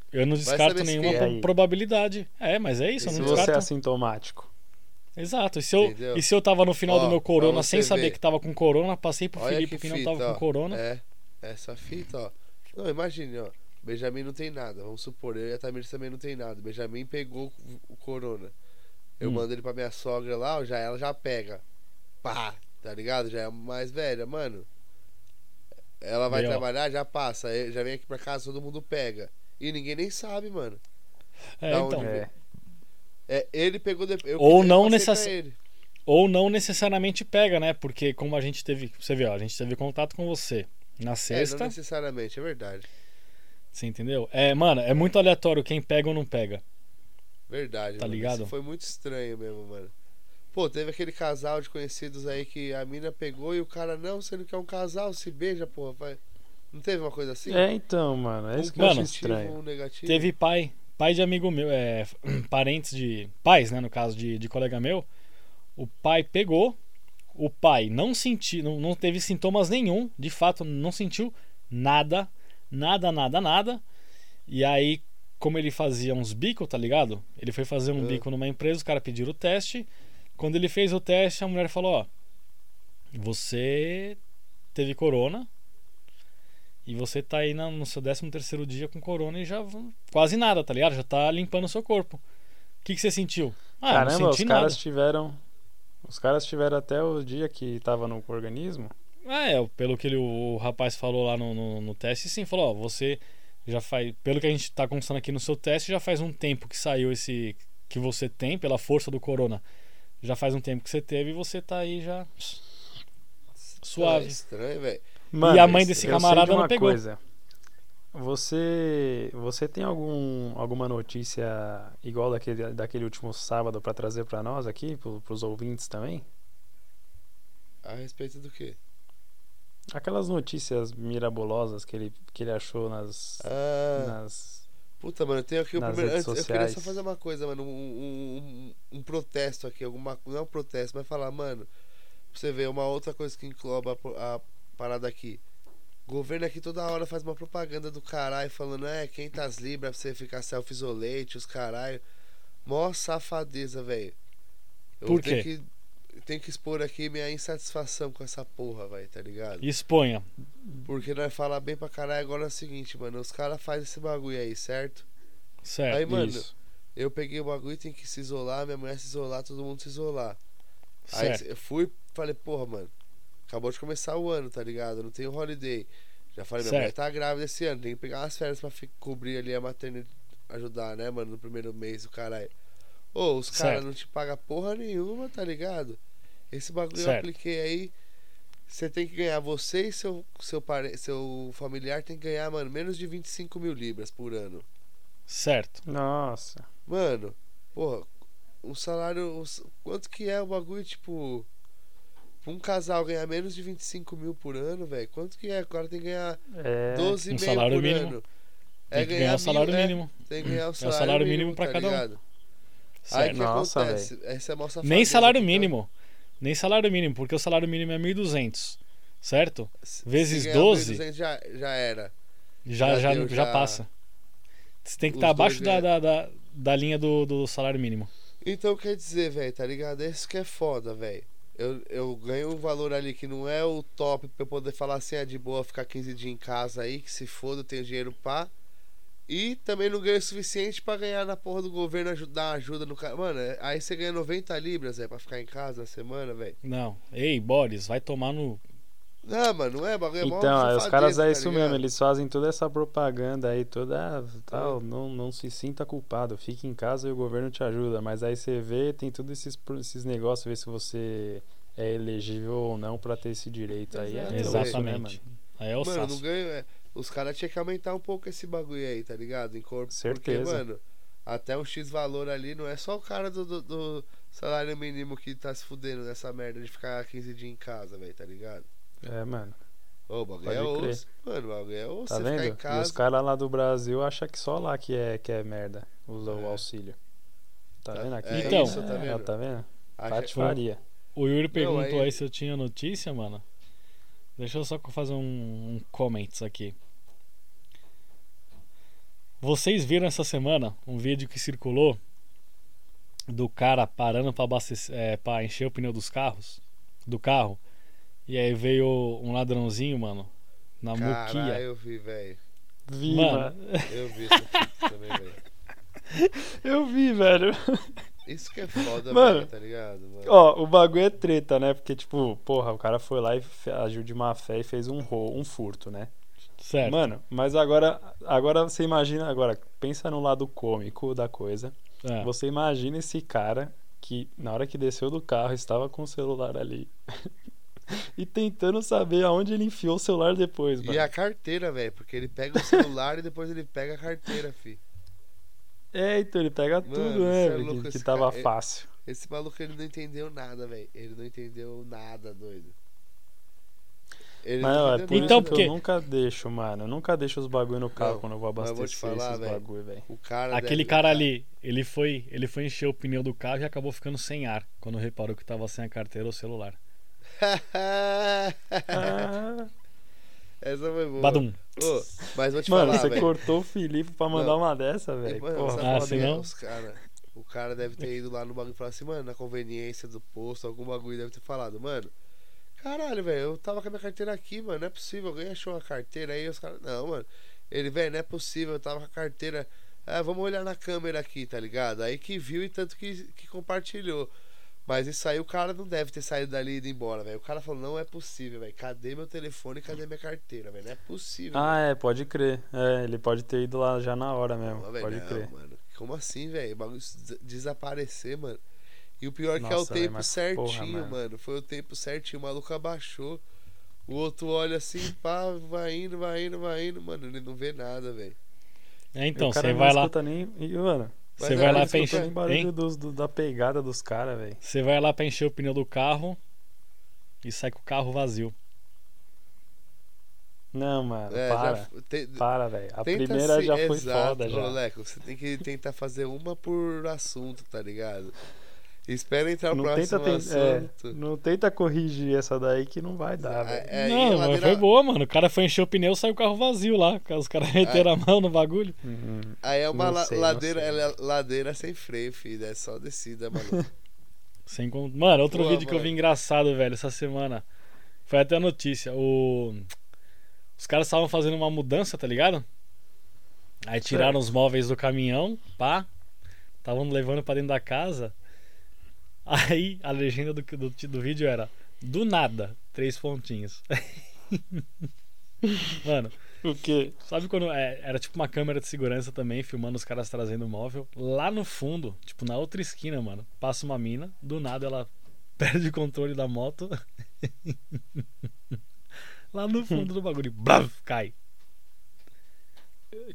Eu não descarto
saber se
nenhuma
é
pro-
aí.
probabilidade. É, mas é isso,
E
eu
se
não
você é
descarto.
assintomático?
Exato. E se, eu,
Entendeu?
e se eu tava no final
Ó,
do meu
pra
corona
você
sem saber
ver.
que tava com corona, passei pro
Olha
Felipe
que
que não
fita,
tava
ó.
com corona.
É, essa fita, ó. Não, imagine, ó. Benjamin não tem nada, vamos supor. Eu e a Tamir também não tem nada. Benjamin pegou o corona. Eu
Hum.
mando ele pra minha sogra lá, ó, já ela já pega. Pá, tá ligado? Já é mais velha, mano. Ela vai
Aí, ó.
trabalhar, já passa. aí Já vem aqui pra casa, todo mundo pega. E ninguém nem sabe, mano.
É,
Da
então.
onde
É.
É, ele pegou depois. eu-
Ou
eu
não
passei pra
necess-
ele. É,
Ou não necessariamente pega, né? Porque como a gente teve. Você vê, ó, a gente teve contato com você na
É,
sexta.
não necessariamente, é verdade.
Você entendeu? É, mano, é muito aleatório quem pega ou não pega.
Verdade,
Tá
mano.
ligado?
Isso foi muito estranho mesmo, mano. Pô, teve aquele casal de conhecidos aí que a mina pegou e o cara, não, você não quer um casal, se beija, porra, vai. Não teve uma coisa assim?
É, então, mano. É isso que eu
Mano,
acho
positivo,
estranho.
Um negativo.
Teve pai, pai de amigo meu, é, parentes de. Pais, né? No caso de, de colega meu. O pai pegou, o pai não sentiu, não, não teve sintomas nenhum, de fato, não sentiu nada, nada, nada, nada. E aí, como ele fazia uns bicos, tá ligado? Ele foi fazer um
Ah.
bico numa empresa, os caras pediram o teste. Quando ele fez o teste, a mulher falou: Ó, você teve corona. E você tá aí na- no seu 13 dia com corona e já v- quase nada, tá ligado? Já tá limpando o seu corpo. O que, que você sentiu? Ah, eu
Caramba,
não
os
senti
caras tiveram. Os caras tiveram até o dia que tava no organismo.
nada. É, pelo que ele- o rapaz falou lá no, no- no teste, sim, falou, ó, você já faz. Pelo que a gente tá constando aqui no seu teste, já faz um tempo que saiu esse. que você tem, pela força do corona. Já faz um tempo que você teve e você tá aí já.
É
Suave.
estranho, velho.
Mano,
e a mãe desse
eu sei
camarada
de uma
não pegou.
Coisa. Você, você tem algum, alguma notícia igual daquele, daquele último sábado pra trazer pra nós aqui, pro, pros ouvintes também?
A respeito do quê?
Aquelas notícias mirabolosas que ele, que ele achou nas,
Ah,
nas.
puta, mano, eu tenho aqui o
nas
primeiro.
redes
antes, eu queria só
sociais.
fazer uma coisa, mano. Um, um- um- um protesto aqui, alguma Não é um protesto, mas falar, mano. Pra você ver, uma outra coisa que engloba a po- a parada aqui. Governo aqui toda hora faz uma propaganda do caralho, falando, é, 500 libras pra você ficar self-isolate, os caralho. Mó safadeza, velho. Eu
Por
tenho que, tenho que expor aqui minha insatisfação com essa porra, velho, tá ligado?
Exponha.
Porque nós falar bem pra caralho agora é o seguinte, mano, os caras fazem esse bagulho aí, certo?
Certo.
Aí, mano,
Isso.
eu peguei o bagulho, tem que se isolar, minha mulher se isolar, todo mundo se isolar. Aí
certo.
eu fui, falei, porra, mano, acabou de começar o ano, tá ligado? Não tem holiday. Já falei, minha
Certo.
mulher tá grávida esse ano, tem que pegar umas férias pra fi- cobrir ali a maternidade, ajudar, né, mano, no primeiro mês, o caralho. Ô, os caras
Certo.
não te pagam porra nenhuma, tá ligado? Esse bagulho eu
Certo.
apliquei aí. Você tem que ganhar, você e seu, seu, pare- seu familiar tem que ganhar, mano, menos de 25 mil libras por ano.
Certo.
Nossa.
Mano, porra, o salário. o s- Quanto que é o bagulho, tipo. Pra um casal ganhar menos de 25 mil por ano, velho. Quanto que é? O cara tem que ganhar
É,
12
um
mil
salário
por
mínimo.
ano.
Tem que ganhar o
mil-
salário
é,
mínimo.
tem que ganhar o
o
salário,
salário
mínimo,
mínimo pra
tá
cada um.
ligado? Aí
Certo.
o que
Nossa,
acontece? Essa é a nossa
Nem salário mínimo. Nem salário mínimo, porque o salário mínimo é 1.200, certo? Vezes 12.
Já, já era.
Já,
Já
já,
deu,
já
já-
passa. Você tem que
Os
estar
dois
abaixo
ganham.
da, da, da, da linha do, do salário mínimo.
Então quer dizer, velho, tá ligado? Esse que é foda, velho. Eu, eu ganho um valor ali que não é o top pra eu poder falar assim, ah, de boa, ficar 15 dias em casa aí, que se foda, eu tenho dinheiro pá. E também não ganha o suficiente pra ganhar na porra do governo ajudar ajuda no cara. Mano, é- aí você ganha 90 libras, velho, pra ficar em casa na semana, velho.
Não. Ei, Boris, vai tomar no.
Não, mano, não é bagulho é mó
Então, aí os
safadeza,
caras
tá
é isso mesmo,
ligado?
eles fazem toda essa propaganda aí, toda ah,
É.
tal, não, não se sinta culpado, fique em casa e o governo te ajuda. Mas aí você vê, tem todos esses, pro- esses negócios, vê se você é elegível ou não pra ter esse direito aí. É
Exatamente.
louco, né, mano?
Aí é o
Mano, não
saço.
ganho, é. Os caras tinham que aumentar um pouco esse bagulho aí, tá ligado? Em corpo. Porque,
Certeza.
mano, até um X valor ali não é só o cara do, do- do salário mínimo que tá se fudendo nessa merda de ficar 15 dias em casa, velho, tá ligado?
É, mano.
Ô, o bagulho
Pode
é
crer.
osso. Mano, o bagulho é osso.
Tá
você
vendo?
ficar em
E os
casa.
caras lá do Brasil acham que só lá que é, que é merda o, o
É.
auxílio. Tá
Tá-
vendo? Aqui
é
Então.
isso, tá
é,
vendo?
tá vendo?
acha-
Patifaria.
O Yuri perguntou
aí-
aí se eu tinha notícia, mano. Deixa eu só co- fazer um, um comments aqui. Vocês viram essa semana um vídeo que circulou do cara parando pra, abastecer, é, pra encher o pneu dos carros, do carro, e aí veio um ladrãozinho, mano, na
Caralho,
muquia.
eu vi, velho.
Viva!
Eu vi isso aqui também, velho.
Eu vi, velho.
Isso que é foda,
Mano,
velho, tá ligado? Mano?
Ó, o bagulho é treta, né? Porque, tipo, porra, o cara foi lá e fe- agiu de má fé e fez um roubo, um furto, né?
Certo.
Mano, mas agora, agora você imagina, agora, pensa no lado cômico da coisa.
É.
Você imagina esse cara que, na hora que desceu do carro, estava com o celular ali. e tentando saber aonde ele enfiou o celular depois, mano.
E a carteira, velho, porque ele pega o celular e depois ele pega a carteira, fi.
É, então ele pega
Mano,
tudo,
cê é
né? velho,
louco
que, que
esse
tava
cara. É-
fácil.
Esse maluco ele não entendeu nada, velho. Ele não entendeu nada, doido. Ele
Mas, ó, é
entendeu
por
Então,
isso que
porque-
eu nunca deixo, mano. Eu nunca deixo os bagulho no carro
Não,
quando eu vou
mas
abastecer
eu vou te falar,
esses
velho.
bagulho, velho.
O é cara
Aquele
deve-
cara ali, ele foi, ele foi encher o pneu do carro e acabou ficando sem ar quando reparou que tava sem a carteira ou celular.
Ah,
Essa foi boa.
Badum.
Ô, mas vou te
mano,
falar,
você
velho.
cortou o Felipe pra mandar
Não.
uma dessa, velho.
Mano,
Porra,
sabe
Ah,
qual
se
é?
não-
Os cara, o cara deve ter ido lá no bagulho e falar assim, mano, na conveniência do posto, algum bagulho deve ter falado, mano. Caralho, velho, eu tava com a minha carteira aqui, mano. Não é possível, alguém achou uma carteira aí, os caras. Não, mano. Ele, velho, não é possível, eu tava com a carteira. Ah, vamos olhar na câmera aqui, tá ligado? Aí que viu e tanto que, que compartilhou. Mas isso aí o cara não deve ter saído dali e ido embora, velho. O cara falou, não é possível, velho. Cadê meu telefone? Cadê minha carteira, velho? Não é possível.
Ah, é, pode crer. É, ele pode ter ido lá já na hora mesmo.
Não, velho,
pode
não,
crer.
mano. Como assim, velho? O bagulho des- desaparecer, mano. E o pior é que é o
Nossa, velho,
tempo
mas
certinho,
porra,
mano.
mano.
Foi o tempo certinho. O maluco abaixou. O outro olha assim, pá, vai indo, vai indo, vai indo. Mano, ele não vê nada, velho.
É,
E
então,
o cara
você
não
vai lá,
escuta nem. E, mano,
Mas
você
é,
vai
não
lá
não
pra
escuta nem
encher,
barulho
hein?
dos, do- da pegada dos caras, velho.
Você vai lá pra encher o pneu do carro e sai com o carro vazio.
Não, mano,
É,
para.
já f- te-
Para, velho. A
tenta
primeira
se-
já foi
Exato,
foda, já.
moleque. Você tem que tentar fazer uma por assunto, tá ligado? Espera entrar o
Não tenta,
próximo
ten- é,
assunto.
não tenta corrigir essa daí que não vai dar,
Ah,
velho.
é, e
não,
a
mas
ladeira-
foi boa, mano. O cara foi encher o pneu e saiu o carro vazio lá. Os caras meteram a mão no bagulho.
Uhum.
Aí é uma
Não
la-
sei, não
ladeira,
sei.
ela é ladeira sem freio, filho. É só descida, mano.
Sem con- Mano, outro
Boa,
vídeo que eu
mano.
vi engraçado, velho, essa semana. Foi até a notícia. O... Os caras estavam fazendo uma mudança, tá ligado? Aí tiraram os móveis do caminhão, pá. Estavam levando pra dentro da casa. Aí a legenda do, do, do vídeo era: Do nada, três pontinhos. Mano,
O quê?
Sabe quando é, era tipo uma câmera de segurança também, filmando os caras trazendo o móvel? Lá no fundo, tipo na outra esquina, mano, passa uma mina, do nada ela perde o controle da moto. Lá no fundo do bagulho, blaf, cai.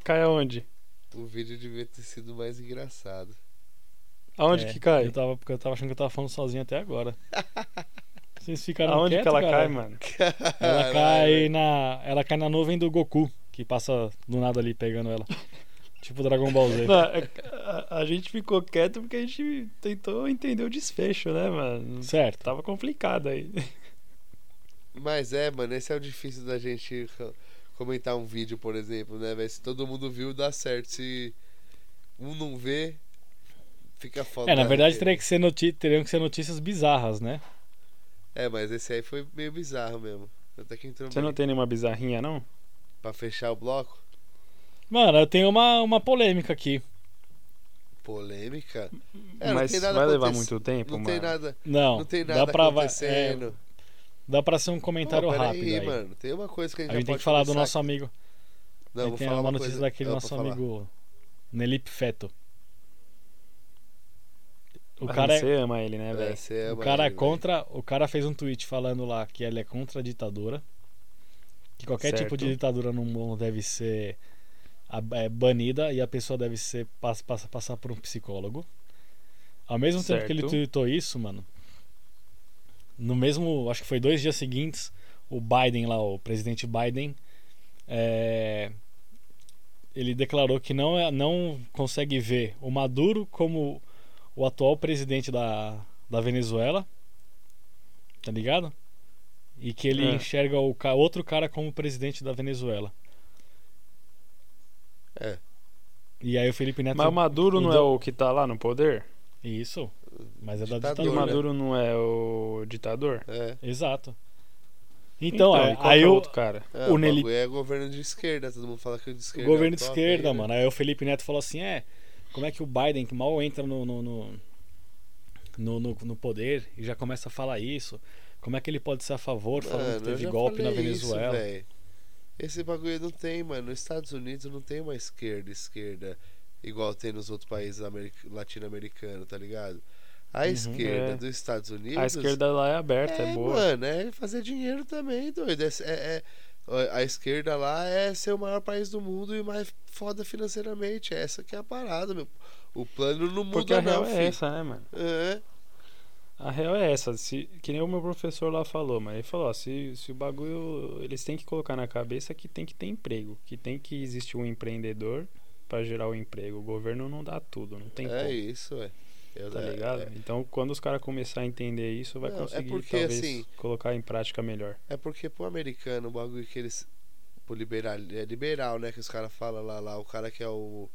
Cai aonde?
O vídeo devia ter sido mais engraçado.
Aonde
É,
que cai?
Eu tava, porque eu tava achando que eu tava falando sozinho até agora. Vocês ficaram
Aonde
quietos,
que ela
cara?
cai, mano?
Ela
Caralho,
cai, na, ela cai na nuvem do Goku, que passa do nada ali pegando ela. tipo Dragon Ball Z.
Não, é- a, a gente ficou quieto porque a gente tentou entender o desfecho, né, mano?
Certo.
Tava complicado aí.
Mas é, mano, esse é o difícil da gente co- comentar um vídeo, por exemplo, né, velho? Se todo mundo viu, dá certo. Se um não vê, fica foda.
É, na verdade teria
três.
que ser noti- teriam que ser notícias bizarras, né?
É, mas esse aí foi meio bizarro mesmo. Até que entrou
Você não
bem.
tem nenhuma bizarrinha, não?
Pra fechar o bloco?
Mano, eu tenho uma, uma polêmica aqui.
Polêmica? É,
Mas vai levar
aconte-
muito tempo,
Não
mano.
tem nada,
Não,
não tem nada
dá, pra, va- é,
acontecendo.
dá pra ser um comentário
Pô, peraí,
rápido aí.
mano. Tem uma coisa que a
A
gente,
gente
não
tem
pode
que falar do
começar
nosso amigo.
aqui. Não,
Aí
vou
tem
falar
uma
uma
notícia
coisa-
daquele
Ah,
nosso
pra falar.
amigo Nelip Feto. O
Ah,
cara é,
Você ama ele, né,
É,
velho?
você é
o
uma
cara é
lenda,
contra, o cara fez um tweet falando lá que ele é contra a ditadura, que qualquer tipo
Certo.
de ditadura no mundo deve ser a- é, banida e a pessoa deve ser passa, passa- passar por um psicólogo. Ao mesmo tempo que ele
Certo.
tweetou isso, mano, no mesmo, acho que foi dois dias seguintes, o Biden lá, o presidente Biden, é, ele declarou que não, é- não consegue ver o Maduro como o atual presidente da, da Venezuela, tá ligado? E que ele
É.
enxerga o ca- outro cara como presidente da Venezuela.
É.
E aí o Felipe Neto.
Mas o Maduro não é
Mudou.
o que tá lá no poder?
Isso. Mas é da
Ditador,
E o
ditadura.
Maduro não é o ditador?
velho.
Exato. Então, é,
e qual
aí
que é o
o,
outro cara.
É, é,
O
o
Nelly-
bagulho é governo de esquerda, todo mundo fala que o de
o
esquerda. é
governo de
top,
esquerda,
aí, né?
mano. Aí o Felipe Neto falou assim: é, como é que o Biden, que mal entra no, no, no, no, no- no poder e já começa a falar isso? Como é que ele pode ser a favor,
Tá
falando
Mano,
que
eu
teve
já
golpe na
falei Isso,
Venezuela?
véi. Esse bagulho não tem, mano. Nos Estados Unidos não tem uma esquerda, esquerda, igual tem nos outros países ameri- latino-americanos, tá ligado? A esquerda
é.
dos Estados Unidos.
A esquerda lá é aberta, é,
é,
boa.
mano, é fazer dinheiro também, doido. É, é- é- a esquerda lá é ser o maior país do mundo e o mais foda financeiramente. Essa que é a parada, meu. O plano não muda,
Porque a real
não,
é
filho.
essa, né, mano?
É.
A real é essa. Se, que nem o meu professor lá falou, mas ele falou, ó, se, se o bagulho. Eles têm que colocar na cabeça que tem que ter emprego, que tem que existir um empreendedor pra gerar o emprego. O governo não dá tudo, não tem
É
como.
isso, é. Eu-
Tá
é-
ligado?
é-
Então, quando os caras começar a entender isso, vai
Não, é
conseguir
porque,
talvez
assim,
colocar em prática melhor.
É porque pro americano, o bagulho que eles. Pro liberal, é liberal, né? Que os caras falam lá, lá. O cara que é o.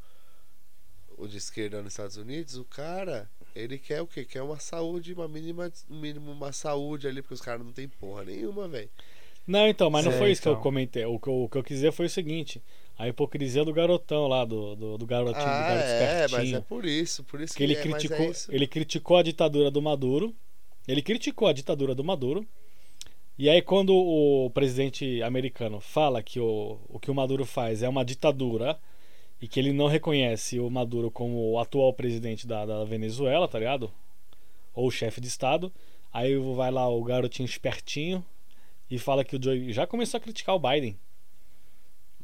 O de esquerda nos Estados Unidos, o cara. Ele quer o quê? Quer uma saúde, uma mínima. um Mínimo, uma saúde ali, porque os caras não tem porra nenhuma, velho.
Não, então, mas não
Sim,
foi isso que eu
então.
comentei. O que eu, o que eu quis dizer foi o seguinte: a hipocrisia do garotão lá, do, do, do garotinho, do
Ah,
garoto
é, mas
espertinho.
é por isso. Por isso
que ele
é, mas
criticou,
é isso.
ele criticou a ditadura do Maduro. Ele criticou a ditadura do Maduro. E aí quando o presidente americano fala que o, o que o Maduro faz é uma ditadura e que ele não reconhece o Maduro como o atual presidente da, da Venezuela, tá ligado? Ou o chefe de estado. Aí vai lá o garotinho espertinho e fala que o Joe já começou a criticar o Biden.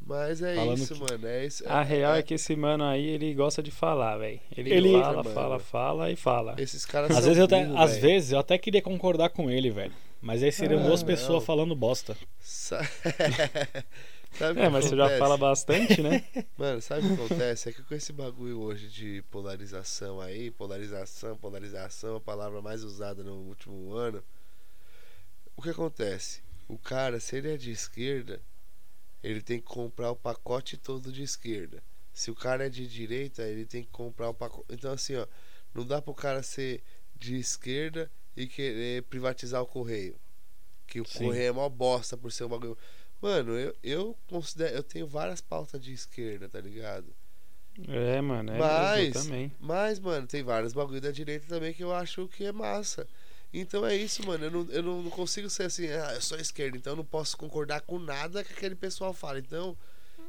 Mas é
falando
isso,
que-
mano. É isso.
A real é que esse mano aí, ele gosta de falar, velho. Ele,
Ele-
fala,
Mano.
fala, fala e fala.
Esses caras
Às
são
vezes, eu até,
burro,
às
velho.
vezes eu até queria concordar com ele, velho. Mas aí seriam
Ah,
duas
não.
pessoas falando bosta.
Sa- Sabe o que
É, mas você já
acontece?
fala bastante, né?
Mano, sabe o que acontece? É que com esse bagulho hoje de polarização aí, polarização, polarização, a palavra mais usada no último ano. O que acontece? O cara, se ele é de esquerda, ele tem que comprar o pacote todo de esquerda. Se o cara é de direita, ele tem que comprar o pacote. Então, assim, ó, não dá pro cara ser de esquerda e querer privatizar o correio. Que o
Sim.
correio é mó bosta por ser um bagulho. Mano, eu, eu considero. Eu tenho várias pautas de esquerda, tá ligado?
É, mano, é
Mas-
eu também.
Mas, mano, tem vários bagulho da direita também que eu acho que é massa. Então é isso, mano. Eu não, eu não não consigo ser assim, ah, eu sou esquerda, então eu não posso concordar com nada que aquele pessoal fala. Então,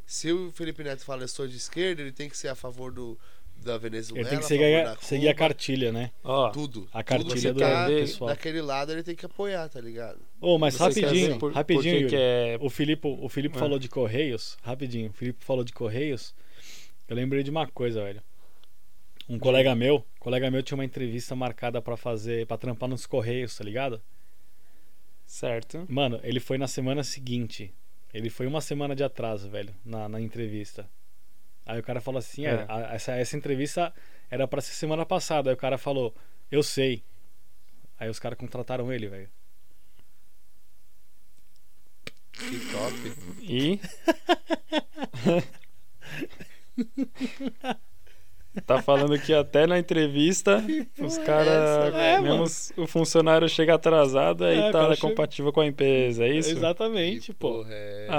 se o Felipe Neto fala eu sou de esquerda, ele tem que ser a favor do, da Venezuela.
Ele tem que
a
seguir
favor
a,
da
seguir a
Cuba,
cartilha, né?
Ó,
Tudo.
A
Tudo que
cartilha do
tá
pessoal.
daquele lado ele tem que apoiar, tá ligado?
Ô, mas
você quer
rapidinho,
ver por-
rapidinho,
por
Yuri.
que que é...
O Filipe, o Filipe
Ah.
falou de Correios, rapidinho, o Filipe falou de Correios. Eu lembrei de uma coisa, velho. Um colega meu, colega meu tinha uma entrevista marcada pra fazer, pra trampar nos Correios, tá ligado?
Certo.
Mano, ele foi na semana seguinte. Ele foi uma semana de atraso, velho, na, na entrevista. Aí o cara falou assim: é,
É.
a- essa, essa entrevista era pra ser semana passada. Aí o cara falou: Eu sei. Aí os caras contrataram ele, velho.
Que top.
E... Tá falando que até na entrevista os caras.
velho? É,
mesmo
mano.
os- o funcionário chega atrasado aí
É, o
tá
cara
ela é
chega-
compatível com a empresa, é isso?
Exatamente,
Que
pô.
porra é essa?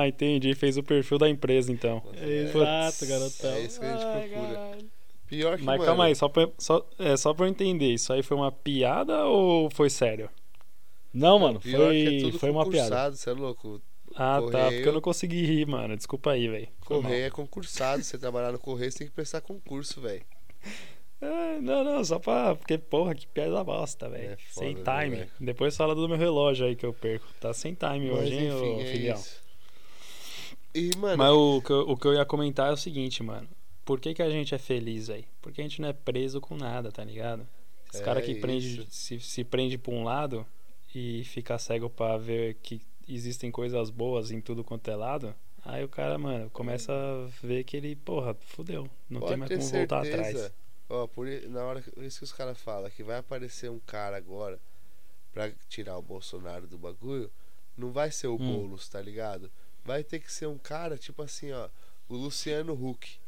Ah, entendi. Fez o perfil da empresa então.
mano?
Exato,
Putz,
garotão.
é isso que a gente
Ai,
procura.
caralho.
Pior que
Mas
mano,
calma aí, só pra, só, é, só pra eu entender, isso aí foi uma piada ou foi sério?
Não, mano,
Pior que é
foi,
tudo
foi uma piada.
concursado, você é louco.
Ah, tá,
Correio.
porque eu não consegui rir, mano. Desculpa aí, velho. Foi mal.
Correio é concursado. Você trabalhar no correio, você tem que prestar concurso, velho.
É, não, não, só pra. Porque, porra, que piada bosta, velho.
É foda,
sem
né,
time.
velho?
Depois fala do meu relógio aí que eu perco. Tá sem time
Mas
hoje, hein, ô,
enfim, é
filhão.
isso. E, mano,
Mas o que, eu, o que eu ia comentar é o seguinte, mano. Por que, que a gente é feliz aí? Porque a gente não é preso com nada, tá ligado? Esses
É
caras que
isso.
prende, se, se prende pra um lado e fica cego pra ver que existem coisas boas em tudo quanto é lado. Aí o cara, mano, começa a ver que ele, porra, fudeu. Não tem mais como voltar atrás.
Ó, por i- na hora que- isso que os caras falam, que vai aparecer um cara agora pra tirar o Bolsonaro do bagulho, não vai ser o
Hum.
Boulos, tá ligado? Vai ter que ser um cara tipo assim, ó, o Luciano Huck.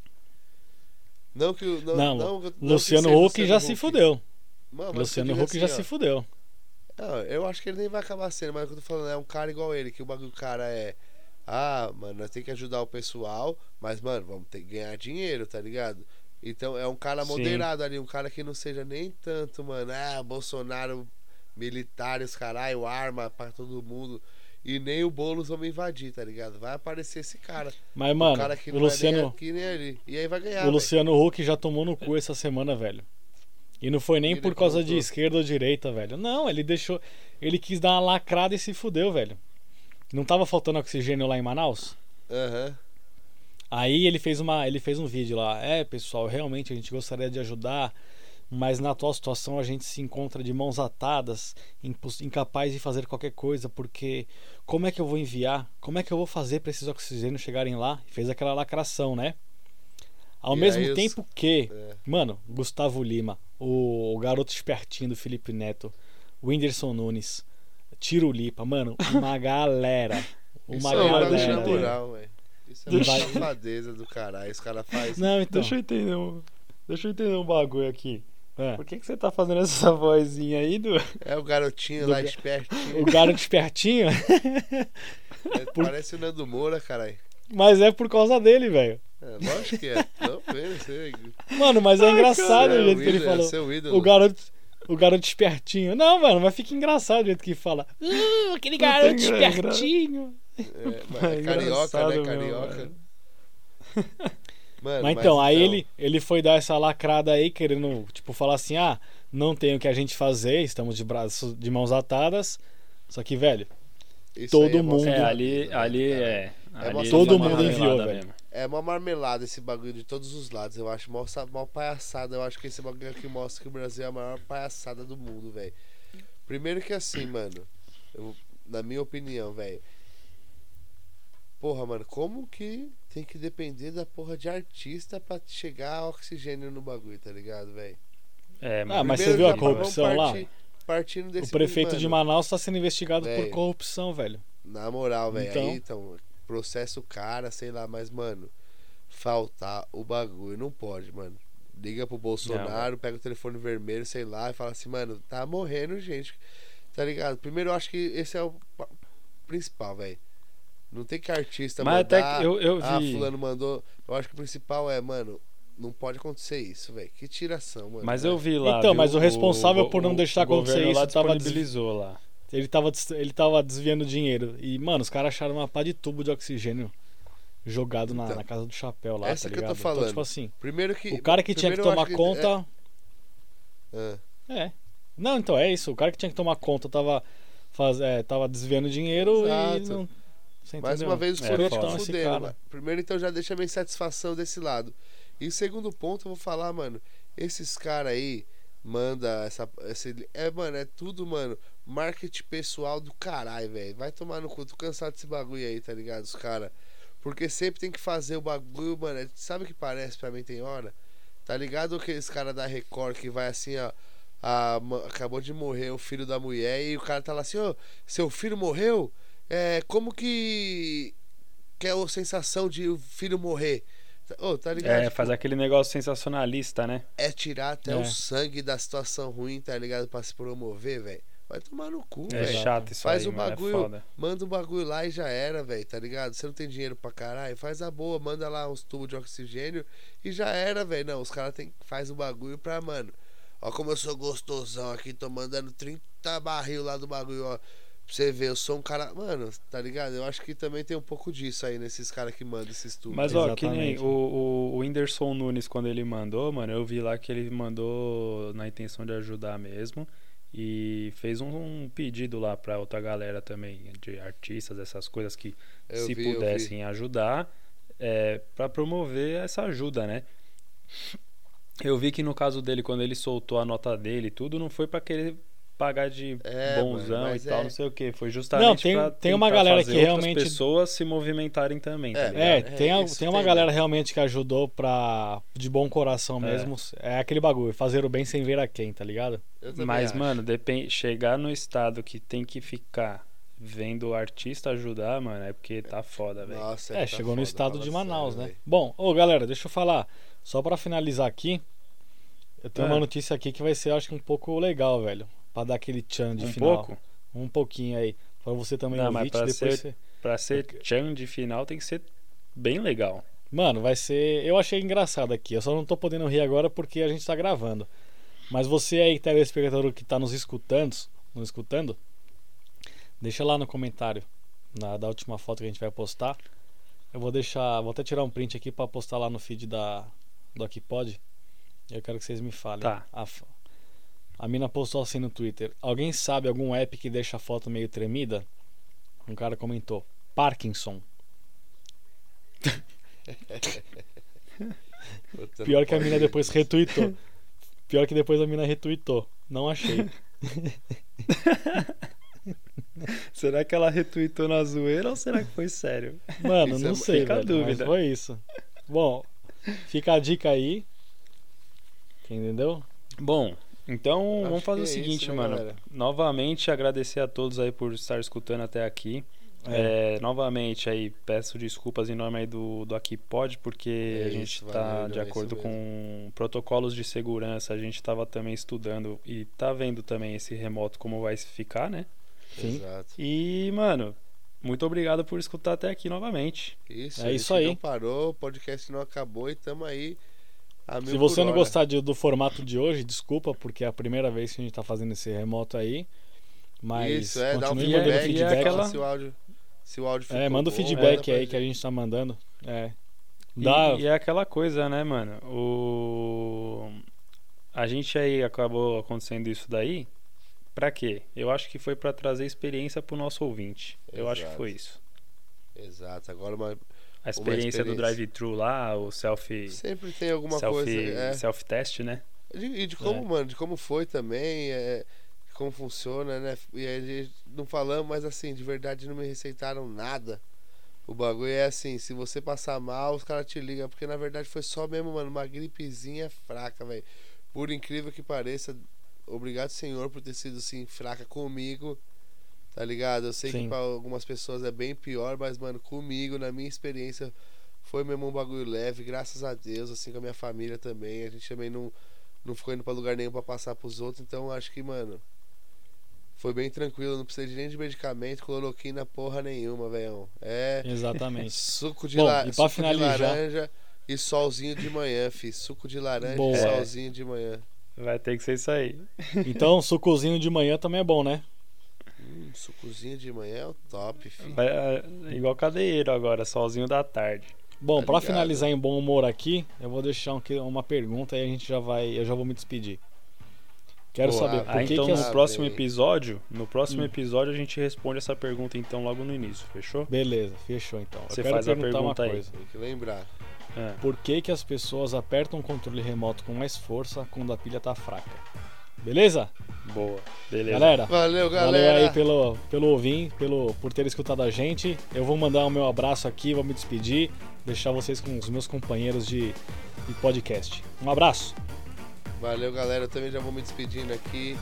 Não que o. Não,
Não,
não, não que
Luciano
seja o
Huck já se fudeu.
Mano, mas
Luciano
eu digo
Huck já
assim,
se
ó,
fudeu.
não, eu acho que ele nem vai acabar sendo, mas o que eu tô falando é um cara igual ele, que o bagulho do cara é. Ah, mano, nós tem que ajudar o pessoal, mas, mano, vamos ter que ganhar dinheiro, tá ligado? Então é um cara
Sim.
moderado ali, um cara que não seja nem tanto, mano, ah, Bolsonaro, militares, caralho, arma pra todo mundo. E nem o Boulos vão me invadir, tá ligado? Vai aparecer esse cara.
Mas,
um
mano,
cara que
o
não é nem
Luciano,
aqui nem ali. E aí vai ganhar.
o
velho.
Luciano Huck já tomou no cu essa semana, velho. E não foi nem
Ele
por causa
aprontou.
de esquerda ou direita, velho. Não, ele deixou. Ele quis dar uma lacrada e se fudeu, velho. Não tava faltando oxigênio lá em Manaus?
Aham.
Aí ele fez, uma, ele fez um vídeo lá. É, pessoal, realmente a gente gostaria de ajudar, mas na atual situação a gente se encontra de mãos atadas, impos- incapaz de fazer qualquer coisa, porque como é que eu vou enviar? Como é que eu vou fazer para esses oxigênios chegarem lá? Fez aquela lacração, né? Ao
E é aí
mesmo
os-
tempo que,
é.
mano, Gustavo Lima, o, o garoto espertinho do Felipe Neto, o Whindersson Nunes, Tiro Lipa, mano, uma galera.
Isso
Uma
é
Magal,
uma
galera,
deixa
né,
na
velho?
moral, velho. Isso é
Deixa-
uma safadeza do caralho. Os caras fazem.
Não, então.
Deixa eu entender um. Deixa eu entender um bagulho aqui.
é.
Por que, que você tá fazendo essa vozinha aí, do
É o garotinho
Do
lá
ga-
espertinho.
O garoto espertinho,
É, Parece o Nando Moura, caralho.
mas é por causa dele, velho.
É, lógico que é. Não, pera, você,
Mano, mas é engraçado
você
o
é
jeito que ele
ídolo, é
falou.
seu ídolo.
O garoto. O garoto espertinho. Não, mano, mas fica engraçado o jeito que fala. Uh, aquele
Puta,
garoto
engra- engra-
espertinho.
É, mas é
É
carioca,
engraçado
né?
mesmo,
Carioca.
mano.
Mano,
Mas então, aí ele, ele foi dar essa lacrada aí, querendo, tipo, falar assim: ah, não tem o que a gente fazer, estamos de braços, de mãos atadas. Só que, velho,
isso
todo
aí é mó
mundo-
safadeza,
É,
né, cara?
é,
ali uma
todo mundo enviou, velho.
É uma marmelada esse bagulho de todos os lados, eu acho. Mó, sa- mó palhaçada. Eu acho que esse bagulho aqui mostra que o Brasil é a maior palhaçada do mundo, velho. Primeiro que assim, mano. eu- na minha opinião, velho. Porra, mano, como que tem que depender da porra de artista pra chegar oxigênio no bagulho, tá ligado, velho?
É,
Ah, mas
Primeiro
você viu a
já vamos
corrupção lá?
partir- Partindo desse
o prefeito
mano,
de Manaus tá sendo investigado
Velho.
por corrupção, velho.
Na moral, velho.
Então.
Aí, então, processo o cara, sei lá, mas, mano, faltar o bagulho. Não pode, mano. Liga pro Bolsonaro, pega o telefone vermelho, sei lá, e fala assim, mano, tá morrendo gente. Tá ligado? Primeiro, eu acho que esse é o pa- principal, velho. Não tem que artista
Mas até
mandar,
que eu- eu
Ah,
vi-
fulano mandou. Eu acho que o principal é, mano, não pode acontecer isso, velho. Que tiração, mano.
Mas
né?
eu vi lá.
Então,
viu?
mas o responsável por não
o-
deixar
o governo
acontecer
lá
isso tava des-
disponibilizou lá.
Ele tava, des- ele tava desviando dinheiro. E, mano, os caras acharam uma pá de tubo de oxigênio jogado na,
Então,
na casa do chapéu lá.
essa
tá
que eu tô
ligado? Então,
falando.
tipo assim,
Primeiro que.
o cara que tinha que
primeiro eu
tomar
acho que-
conta.
é, ah.
É. Não, então é isso. O cara que tinha que tomar conta tava, faz, é, tava desviando dinheiro e.
Exato.
Não, você
Mais
entendeu?
uma vez os
É,
políticos
foda.
fuderam.
Esse
mano.
cara.
Primeiro, então, já deixa a minha insatisfação desse lado. E segundo ponto, eu vou falar, mano, esses caras aí manda essa. Esse, é, mano, é tudo, mano. Marketing pessoal do caralho, velho. Vai tomar no cu, tô cansado desse bagulho aí, tá ligado? Os caras. Porque sempre tem que fazer o bagulho, mano. é- Sabe o que parece pra mim tem hora? Tá ligado aqueles caras da Record que vai assim, ó. a ma- acabou de morrer o filho da mulher e o cara tá lá assim, ó, seu filho morreu? É, como que que é a sensação de o filho morrer. Ô, tá ligado?
É, faz aquele negócio sensacionalista, né?
É tirar até
É.
o sangue da situação ruim, tá ligado? Pra se promover, velho. Vai tomar no cu,
É
velho.
chato isso
Faz
aí,
o
mano,
bagulho.
é foda.
Manda o bagulho lá e já era, velho, tá ligado? Você não tem dinheiro pra caralho, faz a boa, manda lá uns tubos de oxigênio e já era, velho. Não, os caras tem faz o bagulho pra, mano. Ó como eu sou gostosão aqui, tô mandando 30 barril lá do bagulho, ó. Pra você ver, eu sou um cara. Mano, tá ligado? Eu acho que também tem um pouco disso aí nesses caras que mandam esses tubos.
Mas ó, que nem
Exatamente.
o, o, o Whindersson Nunes, quando ele mandou, mano, eu vi lá que ele mandou na intenção de ajudar mesmo. E fez um, um pedido lá pra outra galera também, de artistas, essas coisas que
Eu
se
vi, eu vi.
pudessem ajudar, é, para promover essa ajuda, né? Eu vi que no caso dele, quando ele soltou a nota dele e tudo, não foi pra querer pagar de
É,
bonzão
mano,
e
mas
tal,
é.
não sei o que. Foi justamente
Não, tem-
pra
tem uma
tentar
galera
fazer
que
outras
realmente-
pessoas se movimentarem também, tá
É,
ligado?
É,
É,
tem, a-
isso
tem uma
tem,
galera realmente que ajudou pra. de bom coração
É.
mesmo. É aquele bagulho, fazer o bem sem ver a quem, tá ligado?
Eu também
Mas,
acho.
mano, depen- chegar no estado que tem que ficar vendo o artista ajudar, mano, é porque tá foda, velho.
Nossa,
É,
tá
chegou no
foda,
estado
fala
de Manaus,
sério,
né?
véi.
Bom, ô galera, deixa eu falar. Só pra finalizar aqui, eu tenho
É.
uma notícia aqui que vai ser, eu acho que um pouco legal, velho. Pra dar aquele tchan de
Um
final.
pouco.
Um pouquinho aí. Pra você também
Não,
ouvir,
mas pra
depois
ser-
você...
Pra ser tchan de final tem que ser bem legal.
Mano, vai ser. Eu achei engraçado aqui. Eu só não tô podendo rir agora porque a gente tá gravando. Mas você aí, telespectador que tá nos escutando, nos escutando, deixa lá no comentário na, da última foto que a gente vai postar. Eu vou deixar. Vou até tirar um print aqui pra postar lá no feed da do Aquipod. Eu quero que vocês me falem.
Tá.
A, fo- a mina postou assim no Twitter. Alguém sabe algum app que deixa a foto meio tremida? Um cara comentou. Parkinson.
Puta,
Pior
não
que a
pode
mina
ver
depois
isso.
retweetou. Pior que depois a mina retweetou. Não achei.
Será que ela retweetou na zoeira ou será que foi sério?
Mano,
Isso é-
não sei,
fica a
velho, mas
dúvida.
foi isso. Bom, fica a dica aí. Entendeu?
Bom, então
Acho
vamos fazer
que
o
é isso,
seguinte,
né,
mano.
galera?
Novamente agradecer a todos aí por estar escutando até aqui. É, novamente aí peço desculpas em nome aí do, do Aqui Pode, porque
É
a gente
isso,
tá
valeu,
de
é isso
acordo
mesmo.
com protocolos de segurança, a gente tava também estudando e tá vendo também esse remoto como vai ficar, né?
Sim.
Exato.
E, mano, muito obrigado por escutar até aqui novamente.
Isso, a
É
gente
isso aí.
Não parou, o podcast não acabou e tamo aí. a mil
Se você
por
não
hora.
gostar de- do formato de hoje, desculpa, porque é a primeira vez que a gente tá fazendo esse remoto aí. Mas
Isso, é, dá um
continue
feedback,
mandando
feedback,
e
feedback.
aquela-
se o áudio, se o áudio
É,
ficou
manda o
bom,
feedback
manda
aí que
pra
a gente tá mandando. É.
E-
Dá,
E, é aquela coisa, né, mano? O... A gente aí acabou acontecendo isso daí. Pra quê? Eu acho que foi pra trazer experiência pro nosso ouvinte. Eu acho que
Exato.
foi isso.
Exato, agora uma-
A experiência, do
experiência.
drive-thru lá, o selfie,
sempre tem alguma
selfie,
coisa. é.
self-test, né?
De- E de como,
É.
mano, de como foi também, é, de como funciona, né? E aí a gente não falamos, mas assim, de verdade não me receitaram nada. O bagulho é assim, se você passar mal, os caras te ligam, porque na verdade foi só mesmo, mano, uma gripezinha fraca, velho. Por incrível que pareça, obrigado, senhor, por ter sido assim fraca comigo. Tá ligado? Eu sei que
Sim.
pra algumas pessoas é bem pior, mas mano, comigo, na minha experiência, foi mesmo um bagulho leve, graças a Deus, assim com a minha família também. A gente também não não ficou indo pra lugar nenhum pra passar pros outros, então eu acho que, mano, foi bem tranquilo, não precisei de nem de medicamento, cloroquina porra nenhuma, velhão. É,
Exatamente.
suco de,
Bom,
la-
e pra
suco de
finalizar-
laranja e solzinho de manhã, fi. Suco de laranja
Boa.
e solzinho de manhã.
Vai ter que ser isso aí.
Então, sucozinho de manhã também é bom, né?
Hum, sucozinho de manhã é o top, fi.
Vai, é, igual cadeiro agora, solzinho da tarde.
Bom,
Tá
pra
ligado.
finalizar em bom humor aqui, eu vou deixar um que- uma pergunta e a gente já vai, eu já vou me despedir. Quero
Boa.
saber por
Ah,
que
então
que
é
no
as...
assim?
próximo episódio, no próximo
Hum.
episódio a gente responde essa pergunta então logo no início, fechou?
Beleza, fechou então.
Você
eu quero
faz a
perguntar
pergunta
uma
aí.
coisa.
Tem que lembrar.
É.
Por que que as pessoas apertam o controle remoto com mais força quando a pilha tá fraca? Beleza?
Boa. Beleza.
Galera,
Valeu, galera.
Valeu aí pelo, pelo ouvir, pelo, por ter escutado a gente. Eu vou mandar o meu abraço aqui, vou me despedir, deixar vocês com os meus companheiros de, de podcast. Um abraço!
Valeu, galera. Eu também já vou me despedindo aqui.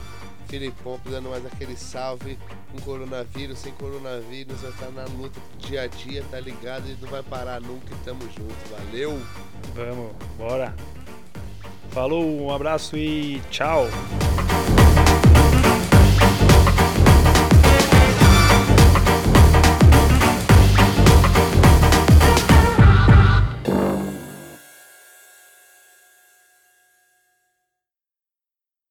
aquele pompo, dando mais aquele salve com coronavírus, sem coronavírus, vai estar na luta dia a dia, tá ligado? E não vai parar nunca e tamo junto, valeu!
Vamos, bora. Falou, um abraço e tchau.